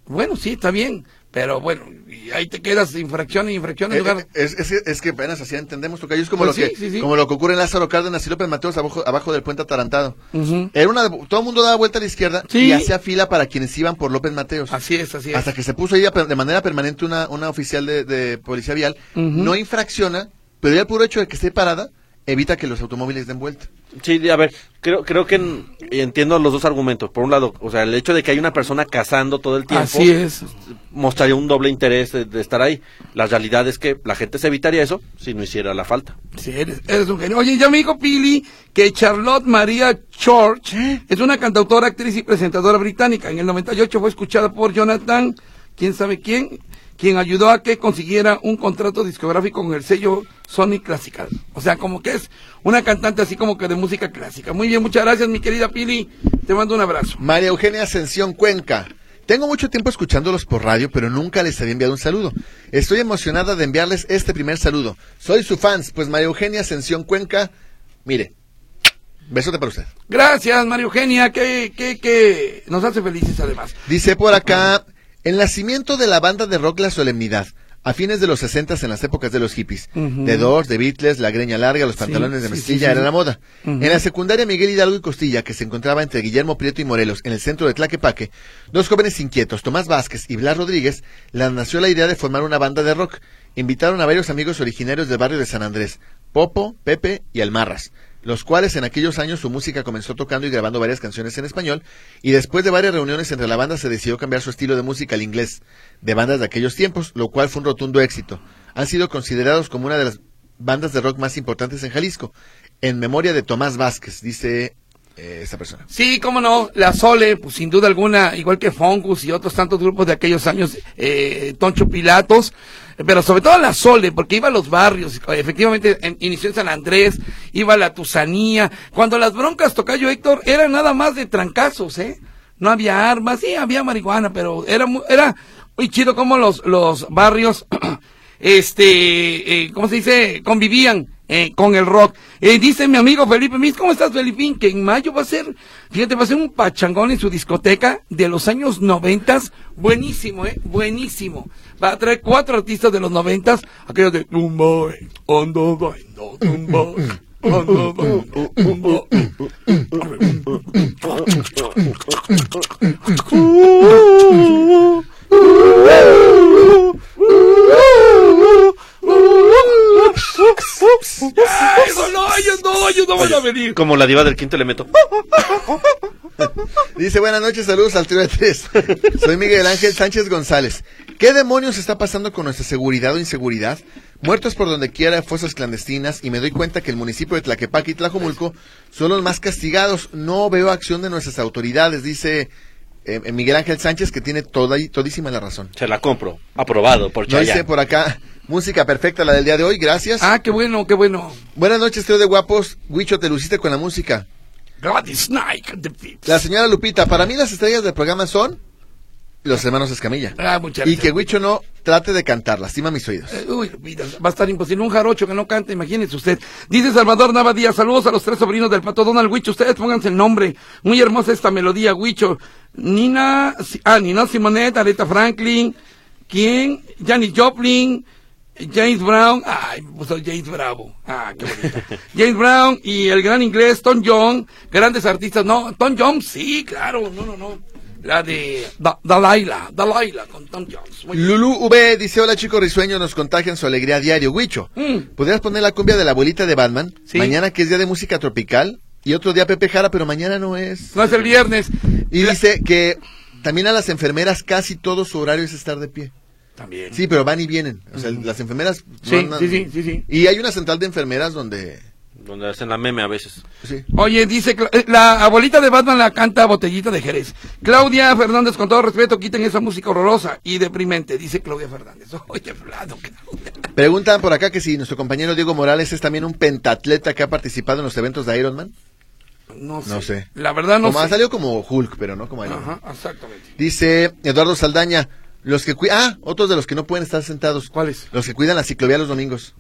[SPEAKER 1] Bueno, sí, está bien. Pero bueno, y ahí te quedas infracción e infracción en
[SPEAKER 3] Eh,
[SPEAKER 1] lugar.
[SPEAKER 3] eh, Es, es, es que apenas así entendemos, Tocayo. Es como,
[SPEAKER 1] Pues
[SPEAKER 3] lo
[SPEAKER 1] sí,
[SPEAKER 3] que,
[SPEAKER 1] sí, sí.
[SPEAKER 3] como lo que ocurre en Lázaro Cárdenas y López Mateos abajo, abajo del puente atarantado.
[SPEAKER 1] Ujú.
[SPEAKER 3] Era una, todo el mundo daba vuelta a la izquierda
[SPEAKER 1] Sí.
[SPEAKER 3] y hacía fila para quienes iban por López Mateos.
[SPEAKER 1] Así es, así es.
[SPEAKER 3] Hasta que se puso ahí a per- de manera permanente una, una oficial de, de policía vial. No infracciona, pero ya el puro hecho de que esté parada evita que los automóviles den vuelta.
[SPEAKER 2] Sí, a ver, creo, creo que en- entiendo los dos argumentos. Por un lado, o sea, el hecho de que hay una persona cazando todo el tiempo
[SPEAKER 1] Así es.
[SPEAKER 2] mostraría un doble interés de, de estar ahí. La realidad es que la gente se evitaría eso si no hiciera la falta.
[SPEAKER 1] Sí, eres, eres un genio. Oye, ya me dijo Pili que Charlotte Maria Church es una cantautora, actriz y presentadora británica. En el 98 fue escuchada por Jonathan, quién sabe quién, quien ayudó a que consiguiera un contrato discográfico con el sello Sony Classical. O sea, como que es una cantante así como que de música clásica. Muy bien, muchas gracias, mi querida Pili. Te mando un abrazo.
[SPEAKER 3] María Eugenia Ascensión Cuenca. Tengo mucho tiempo escuchándolos por radio, pero nunca les había enviado un saludo. Estoy emocionada de enviarles este primer saludo. Soy su fans, pues María Eugenia Ascensión Cuenca, mire, besote para usted.
[SPEAKER 1] Gracias, María Eugenia, que, que, que nos hace felices además.
[SPEAKER 3] Dice por acá, el nacimiento de la banda de rock La Solemnidad, a fines de los 60 en las épocas de los hippies. De Doors, de Beatles, la greña larga, los pantalones de
[SPEAKER 1] sí,
[SPEAKER 3] mezclilla,
[SPEAKER 1] sí, sí.
[SPEAKER 3] era la moda. En la secundaria Miguel Hidalgo y Costilla, que se encontraba entre Guillermo Prieto y Morelos, en el centro de Tlaquepaque, dos jóvenes inquietos, Tomás Vázquez y Blas Rodríguez, les nació la idea de formar una banda de rock. Invitaron a varios amigos originarios del barrio de San Andrés, Popo, Pepe y Almarras los cuales en aquellos años su música comenzó tocando y grabando varias canciones en español, y después de varias reuniones entre la banda se decidió cambiar su estilo de música al inglés, de bandas de aquellos tiempos, lo cual fue un rotundo éxito. Han sido considerados como una de las bandas de rock más importantes en Jalisco, en memoria de Tomás Vázquez, dice eh, esta persona.
[SPEAKER 1] Sí, cómo no, la Sole, pues sin duda alguna, igual que Fongus y otros tantos grupos de aquellos años, eh, Toncho Pilatos, eh, pero sobre todo la Sole, porque iba a los barrios, eh, efectivamente en- inició en San Andrés, iba a la Tusanía, cuando las broncas, Tocayo Héctor, eran nada más de trancazos, ¿eh? No había armas, sí, había marihuana, pero era mu- era muy chido como los, los barrios, este, eh, ¿cómo se dice? Convivían eh, con el rock. Eh, dice mi amigo Felipe Mis, ¿cómo estás, Felipín? Que en mayo va a ser, fíjate, va a ser un pachangón en su discoteca de los años noventas. Buenísimo, ¿eh? Buenísimo. Va a traer cuatro artistas de los noventas, aquellos de Tumba, eh, Ondo, Ondo, Tumba. Ondo, Ondo, Tumba. Ay, no, no, ellos no, ellos no van a venir. ¡Ah!
[SPEAKER 2] Como la diva del quinto elemento.
[SPEAKER 3] Dice, buenas noches, saludos al trío de tres. Soy Miguel Ángel Sánchez González. ¿Qué demonios está pasando con nuestra seguridad o inseguridad? Muertos por donde quiera, fosas clandestinas, y me doy cuenta que el municipio de Tlaquepaque y Tlajomulco son los más castigados. No veo acción de nuestras autoridades, dice eh, eh, Miguel Ángel Sánchez, que tiene toda y todísima la razón.
[SPEAKER 2] Se la compro. Aprobado por
[SPEAKER 3] No dice
[SPEAKER 2] Chayanne.
[SPEAKER 3] por acá, música perfecta la del día de hoy, gracias.
[SPEAKER 1] Ah, qué bueno, qué bueno.
[SPEAKER 3] Buenas noches, trío de guapos. Huicho, te luciste con la música.
[SPEAKER 1] Gladys Snake, the Pips.
[SPEAKER 3] La señora Lupita, para mí las estrellas del programa son los hermanos Escamilla.
[SPEAKER 1] Ah, muchas
[SPEAKER 3] y que
[SPEAKER 1] gracias.
[SPEAKER 3] Huicho no trate de cantar, lastima mis oídos.
[SPEAKER 1] Eh, Uy, Lupita, va a estar imposible. Un jarocho que no canta, imagínese usted. Dice Salvador Nava Díaz, saludos a los tres sobrinos del pato Donald Huicho. Ustedes pónganse el nombre. Muy hermosa esta melodía, Huicho. Nina, Si- ah, Nina Simonet, Aretha Franklin, ¿quién? Janis Joplin, James Brown. Ay, me puso James Bravo. Ah, qué bonito. James Brown y el gran inglés Tom John, grandes artistas. No, Tom Jones, sí, claro. No, no, no. La de Da- Dalaila, Dalaila con Tom Jones. Muy
[SPEAKER 3] Lulu V dice, hola chicos risueños, nos contagian su alegría a diario. Huicho,
[SPEAKER 1] Mm.
[SPEAKER 3] ¿podrías poner la cumbia de la abuelita de Batman?
[SPEAKER 1] Sí.
[SPEAKER 3] Mañana que es día de música tropical y otro día Pepe Jara, pero mañana no es.
[SPEAKER 1] No es el viernes.
[SPEAKER 3] Y
[SPEAKER 1] La-
[SPEAKER 3] dice que también a las enfermeras casi todo su horario es estar de pie.
[SPEAKER 1] También.
[SPEAKER 3] Sí, pero van y vienen. O sea, las enfermeras... no
[SPEAKER 1] Sí,
[SPEAKER 3] andan-
[SPEAKER 1] sí, sí, sí, sí.
[SPEAKER 3] Y hay una central de enfermeras donde...
[SPEAKER 2] Donde hacen la meme a veces.
[SPEAKER 3] Sí.
[SPEAKER 1] Oye, dice, Cla- eh, la abuelita de Batman la canta Botellita de Jerez. Claudia Fernández, con todo respeto, quiten esa música horrorosa y deprimente, dice Claudia Fernández. Oye, Vlado, Claudia.
[SPEAKER 3] Preguntan por acá que si nuestro compañero Diego Morales es también un pentatleta que ha participado en los eventos de Iron Man.
[SPEAKER 1] No sé.
[SPEAKER 3] No sé.
[SPEAKER 1] La verdad Ah, no
[SPEAKER 3] como, Ha
[SPEAKER 1] sé.
[SPEAKER 3] salido como Hulk, pero no como Iron Man.
[SPEAKER 1] Ajá, exactamente.
[SPEAKER 3] Dice Eduardo Saldaña, los que cuidan... Ah, otros de los que no pueden estar sentados.
[SPEAKER 1] ¿Cuáles?
[SPEAKER 3] Los que cuidan la ciclovía los domingos.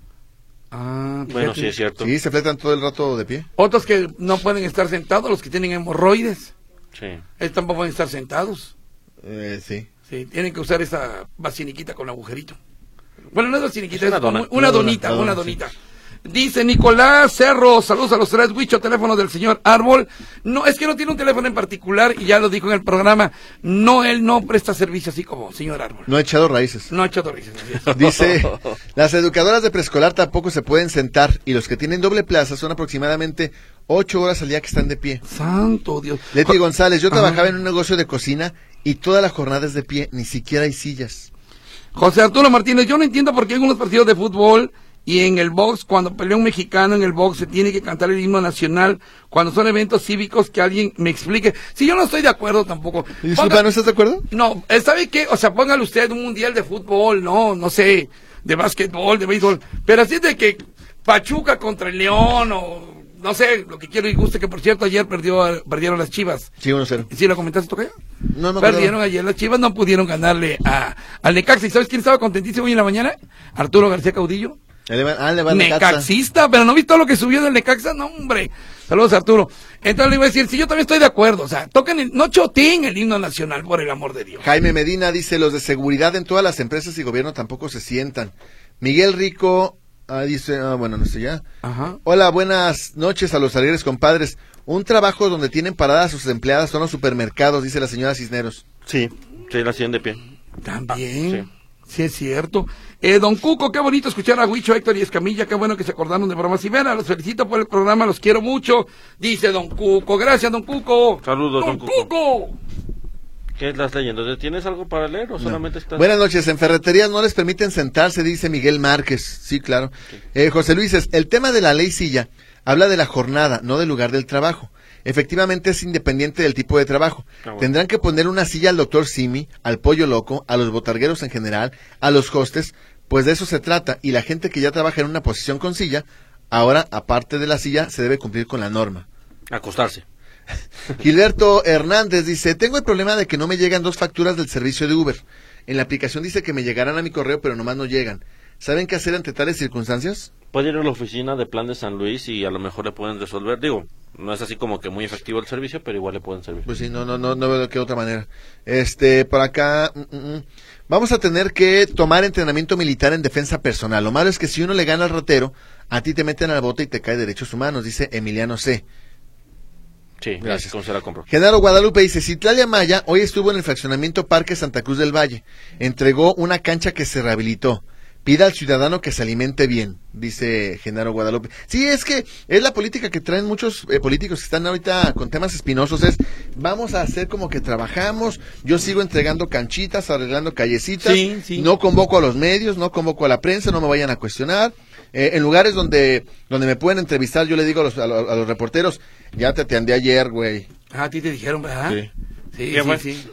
[SPEAKER 1] Ah, fíjate.
[SPEAKER 2] Bueno, sí, es cierto.
[SPEAKER 3] Sí, se fletan todo el rato de pie.
[SPEAKER 1] Otros que no pueden estar sentados, los que tienen hemorroides,
[SPEAKER 2] Sí.
[SPEAKER 1] ellos tampoco pueden estar sentados.
[SPEAKER 3] Eh, sí.
[SPEAKER 1] Sí, tienen que usar esa basiniquita con agujerito. Bueno, no es basiniquita,
[SPEAKER 2] Es una
[SPEAKER 1] es como
[SPEAKER 2] dona.
[SPEAKER 1] una,
[SPEAKER 3] Una dona,
[SPEAKER 1] donita,
[SPEAKER 3] una
[SPEAKER 1] una
[SPEAKER 3] dona, sí.
[SPEAKER 1] donita. Dice Nicolás Cerro, saludos a los tres, Huicho, teléfono del señor Árbol. No, es que no tiene un teléfono en particular y ya lo dijo en el programa. No, él no presta servicio así como señor Árbol.
[SPEAKER 3] No ha echado raíces.
[SPEAKER 1] No ha hecho autorización, así es.
[SPEAKER 3] Dice, las educadoras de preescolar tampoco se pueden sentar y los que tienen doble plaza son aproximadamente ocho horas al día que están de pie.
[SPEAKER 1] Santo Dios.
[SPEAKER 3] Leti González, yo
[SPEAKER 1] Ajá.
[SPEAKER 3] trabajaba en un negocio de cocina y toda la jornada es de pie, ni siquiera hay sillas.
[SPEAKER 1] José Arturo Martínez, yo no entiendo por qué en unos partidos de fútbol y en el box, cuando pelea un mexicano en el box, se tiene que cantar el himno nacional. Cuando son eventos cívicos, que alguien me explique. Si yo no estoy de acuerdo tampoco.
[SPEAKER 3] Disculpa,
[SPEAKER 1] Ponga-
[SPEAKER 3] ¿no estás de acuerdo?
[SPEAKER 1] No, eh, ¿sabe qué? O sea, póngale usted un mundial de fútbol, no, no sé, de básquetbol, de béisbol. Pero así de que Pachuca contra el León o no sé, lo que quiero y guste, que por cierto ayer perdió, perdieron las chivas.
[SPEAKER 3] Sí, 1-0.
[SPEAKER 1] ¿Sí lo comentaste tú qué?
[SPEAKER 3] No, no me
[SPEAKER 1] Perdieron
[SPEAKER 3] acordaba.
[SPEAKER 1] ayer las chivas, no pudieron ganarle a, al Necaxa. ¿Y sabes quién estaba contentísimo hoy en la mañana? Arturo García Caudillo.
[SPEAKER 3] El Eva- Ah, le va Necaxa.
[SPEAKER 1] Necaxista, pero no viste todo lo que subió del Necaxa, no hombre. Saludos Arturo. Entonces le iba a decir, sí, yo también estoy de acuerdo, o sea, toquen el, no chotín el himno nacional, por el amor de Dios.
[SPEAKER 3] Jaime Medina dice, los de seguridad en todas las empresas y gobierno tampoco se sientan. Miguel Rico ah, dice, ah, bueno, no sé ya.
[SPEAKER 1] Ajá.
[SPEAKER 3] Hola, buenas noches a los alegres compadres. Un trabajo donde tienen paradas sus empleadas son los supermercados, dice la señora Cisneros.
[SPEAKER 2] Sí. Sí, la siguen de pie.
[SPEAKER 1] También. sí. es cierto. Eh, don Cuco, qué bonito escuchar a Huicho, Héctor y Escamilla. Qué bueno que se acordaron de bromas y Vera. Los felicito por el programa, los quiero mucho. Dice don Cuco. Gracias, don Cuco.
[SPEAKER 2] Saludos,
[SPEAKER 1] don,
[SPEAKER 2] don
[SPEAKER 1] Cuco.
[SPEAKER 2] Cuco. ¿Qué es las leyendas? ¿Tienes algo para leer o solamente estás...?
[SPEAKER 3] Buenas noches, en ferreterías no les permiten sentarse, dice Miguel Márquez. Sí, claro. Eh, José Luis, es- el tema de la ley silla habla de la jornada, no del lugar del trabajo. Efectivamente es independiente del tipo de trabajo.
[SPEAKER 2] Ah, bueno.
[SPEAKER 3] Tendrán que poner una silla al doctor Simi, al pollo loco, a los botargueros en general, a los hostes, pues de eso se trata. Y la gente que ya trabaja en una posición con silla, ahora, aparte de la silla, se debe cumplir con la norma.
[SPEAKER 2] Acostarse.
[SPEAKER 3] Gilberto Hernández dice, tengo el problema de que no me llegan dos facturas del servicio de Uber. En la aplicación dice que me llegarán a mi correo, pero nomás no llegan. ¿Saben qué hacer ante tales circunstancias?
[SPEAKER 2] Puede ir a la oficina de Plan de San Luis y a lo mejor le pueden resolver. Digo, no es así como que muy efectivo el servicio, pero igual le pueden servir.
[SPEAKER 3] Pues sí, no, no, no, no veo de qué otra manera. Este, por acá, mm, mm, mm. vamos a tener que tomar entrenamiento militar en defensa personal. Lo malo es que si uno le gana al ratero, a ti te meten al bote y te cae derechos humanos, dice Emiliano C.
[SPEAKER 2] Sí,
[SPEAKER 3] Gracias.
[SPEAKER 2] gracias. Con se la compro.
[SPEAKER 3] Genaro Guadalupe dice, Citlalia Maya hoy estuvo en el fraccionamiento Parque Santa Cruz del Valle. Entregó una cancha que se rehabilitó. Pida al ciudadano que se alimente bien, dice Genaro Guadalupe. Sí, es que es la política que traen muchos eh, políticos que están ahorita con temas espinosos, es vamos a hacer como que trabajamos, yo sigo entregando canchitas, arreglando callecitas,
[SPEAKER 1] Sí, sí.
[SPEAKER 3] no convoco a los medios, no convoco a la prensa, no me vayan a cuestionar. Eh, en lugares donde, donde me pueden entrevistar, yo le digo a los, a los- a los reporteros, ya te atendí ayer, güey.
[SPEAKER 1] Ah, a ti te dijeron, ¿verdad?
[SPEAKER 3] Sí.
[SPEAKER 1] Sí,
[SPEAKER 2] ¿Qué
[SPEAKER 1] sí,
[SPEAKER 2] fue?
[SPEAKER 1] sí.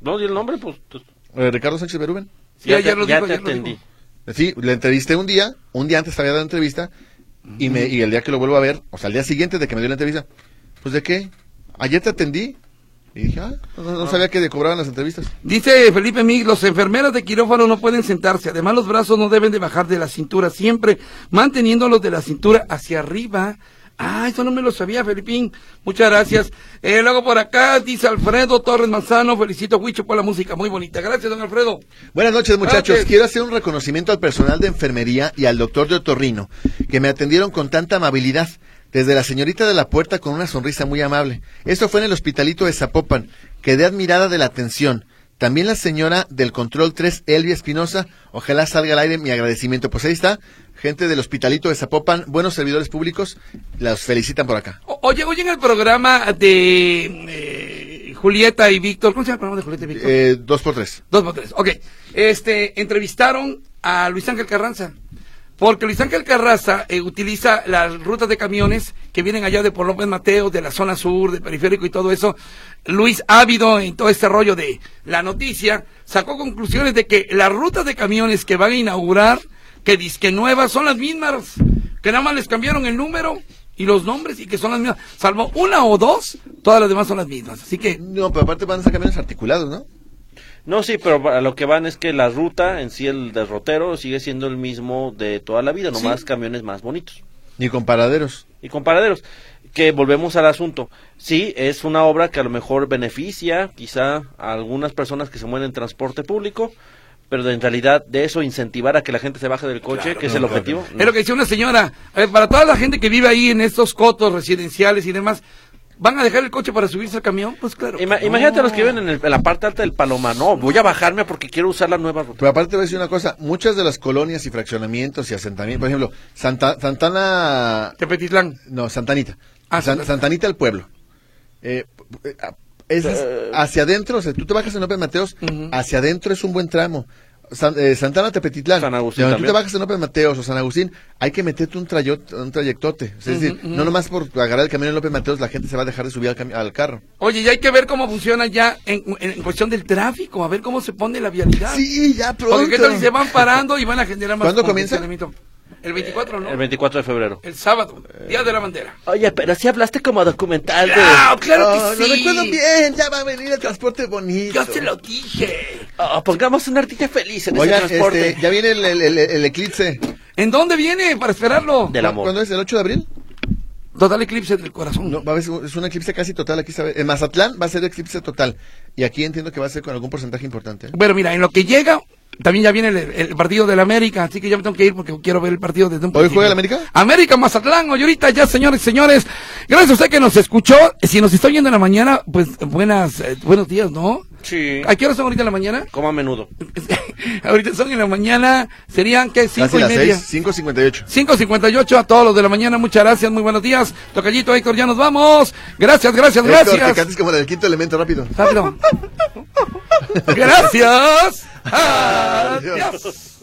[SPEAKER 2] No, di el nombre, pues... tú-
[SPEAKER 3] Eh, Ricardo Sánchez Berúben.
[SPEAKER 1] Sí, ayer lo
[SPEAKER 2] ya
[SPEAKER 1] dijo,
[SPEAKER 2] te
[SPEAKER 1] ayer lo
[SPEAKER 2] atendí.
[SPEAKER 1] dijo.
[SPEAKER 3] Sí, le entrevisté un día, un día antes había dado entrevista, y, me, y el día que lo vuelvo a ver, o sea, el día siguiente de que me dio la entrevista, pues de qué, ayer te atendí, Y dije, ah, no, no sabía que le cobraban las entrevistas.
[SPEAKER 1] Dice Felipe Mig, los enfermeras de quirófano no pueden sentarse, además los brazos no deben de bajar de la cintura, siempre manteniéndolos de la cintura hacia arriba. Ah, eso no me lo sabía, Felipín. Muchas gracias. Eh, luego por acá dice Alfredo Torres Manzano, felicito a Huicho por la música muy bonita. Gracias, don Alfredo.
[SPEAKER 3] Buenas noches, muchachos.
[SPEAKER 1] Gracias.
[SPEAKER 3] Quiero hacer un reconocimiento al personal de enfermería y al doctor de otorrino, que me atendieron con tanta amabilidad. Desde la señorita de la puerta con una sonrisa muy amable. Esto fue en el hospitalito de Zapopan. Quedé admirada de la atención. También la señora del control 3, Elvia Espinosa. Ojalá salga al aire mi agradecimiento. Pues ahí está. Gente del hospitalito de Zapopan, buenos servidores públicos, las felicitan por acá.
[SPEAKER 1] O- oye, oye, en el programa de eh, Julieta y Víctor, ¿cómo se llama el programa de Julieta y Víctor?
[SPEAKER 3] Eh, dos por tres.
[SPEAKER 1] Dos por tres, ok. Este, entrevistaron a Luis Ángel Carranza. Porque Luis Ángel Carranza eh, utiliza las rutas de camiones que vienen allá de por López Mateo, de la zona sur, de periférico y todo eso. Luis Ávido, en todo este rollo de la noticia, sacó conclusiones de que las rutas de camiones que van a inaugurar, que dizque nuevas, son las mismas. Que nada más les cambiaron el número y los nombres y que son las mismas. Salvo una o dos, todas las demás son las mismas. Así que
[SPEAKER 3] No, pero aparte van a ser camiones articulados, ¿no?
[SPEAKER 2] No, sí, pero a lo que van es que la ruta en sí, el derrotero, sigue siendo el mismo de toda la vida, nomás camiones más bonitos
[SPEAKER 3] Ni con paraderos.
[SPEAKER 2] y con paraderos. Que volvemos al asunto. Sí, es una obra que a lo mejor beneficia quizá a algunas personas que se mueven en transporte público, pero en realidad de eso incentivar a que la gente se baje del coche, que es el objetivo.
[SPEAKER 1] Es lo que decía una señora. A ver, para toda la gente que vive ahí en estos cotos residenciales y demás, ¿van a dejar el coche para subirse al camión? Pues claro.
[SPEAKER 2] Ima-
[SPEAKER 1] que no.
[SPEAKER 2] Imagínate a los que viven en, el- en la parte alta del Paloma. No, voy a bajarme porque quiero usar la nueva ruta.
[SPEAKER 3] Pero aparte te voy a decir una cosa, muchas de las colonias y fraccionamientos y asentamientos, por ejemplo, Santa, Santana,
[SPEAKER 1] Tepetitlán.
[SPEAKER 3] no, Santanita,
[SPEAKER 1] Ah,
[SPEAKER 3] San-
[SPEAKER 1] Santa-
[SPEAKER 3] Santanita el pueblo, Eh, eh, ah, es- es hacia adentro, o sea, tú te bajas en López Mateos,
[SPEAKER 1] Eh. Ujú.
[SPEAKER 3] hacia adentro es un buen tramo. San- eh, Santana Tepetitlán,
[SPEAKER 2] San Agustín
[SPEAKER 3] de donde tú
[SPEAKER 2] también.
[SPEAKER 3] te bajas en López Mateos o San Agustín, hay que meterte un, trayot- un trayectote. O sea, Es decir, no nomás por agarrar el camión en López Mateos la gente se va a dejar de subir al, cami- al carro.
[SPEAKER 1] Oye, y hay que ver cómo funciona ya en, en cuestión del tráfico, a ver cómo se pone la vialidad.
[SPEAKER 3] Sí, ya pronto.
[SPEAKER 1] Porque qué tal si se van parando y van a generar más
[SPEAKER 3] ¿Cuándo comienza?
[SPEAKER 1] congestionamiento? El 24, ¿no?
[SPEAKER 2] Eh, El
[SPEAKER 1] El,
[SPEAKER 2] 24 de febrero.
[SPEAKER 1] sábado, Día de la Bandera.
[SPEAKER 2] Oye, pero si hablaste como documental. de-
[SPEAKER 1] ¡Ah, claro que
[SPEAKER 3] Oh,
[SPEAKER 1] sí!
[SPEAKER 3] Lo recuerdo bien, ya va a venir el transporte bonito.
[SPEAKER 1] Yo se lo dije.
[SPEAKER 2] Ah, pongamos un artista feliz en
[SPEAKER 3] Oigan,
[SPEAKER 2] ese transporte.
[SPEAKER 3] este, ya viene el, el- el- el eclipse.
[SPEAKER 1] ¿En dónde viene para esperarlo?
[SPEAKER 2] Del amor.
[SPEAKER 3] ¿Cuándo es? ¿El 8 de abril?
[SPEAKER 1] Total eclipse del corazón.
[SPEAKER 3] No, va a haber- es un eclipse casi total aquí. ¿sabe? En Mazatlán va a ser eclipse total. Y aquí entiendo que va a ser con algún porcentaje importante. ¿eh?
[SPEAKER 1] Bueno, mira, en lo que llega, también ya viene el, el partido del América, así que yo me tengo que ir porque quiero ver el partido desde un
[SPEAKER 3] ¿Hoy juega el
[SPEAKER 1] principio.
[SPEAKER 3] América?
[SPEAKER 1] América Mazatlán, hoy ahorita ya, señores, señores. Gracias a usted que nos escuchó. Si nos está oyendo en la mañana, pues buenas, eh, buenos días, ¿no?
[SPEAKER 2] Sí.
[SPEAKER 1] ¿A qué hora son ahorita en la mañana?
[SPEAKER 2] Como a menudo.
[SPEAKER 1] ahorita son en la mañana, serían que cinco
[SPEAKER 3] Casi
[SPEAKER 1] y
[SPEAKER 3] las
[SPEAKER 1] media.
[SPEAKER 3] 6, 5.58.
[SPEAKER 1] 5.58 a todos los de la mañana, muchas gracias, muy buenos días. Tocallito Héctor, ya nos vamos. Gracias, gracias,
[SPEAKER 3] Héctor, que
[SPEAKER 1] gracias.
[SPEAKER 3] cantes como del quinto elemento, rápido.
[SPEAKER 1] Rápido. gracias. Adiós.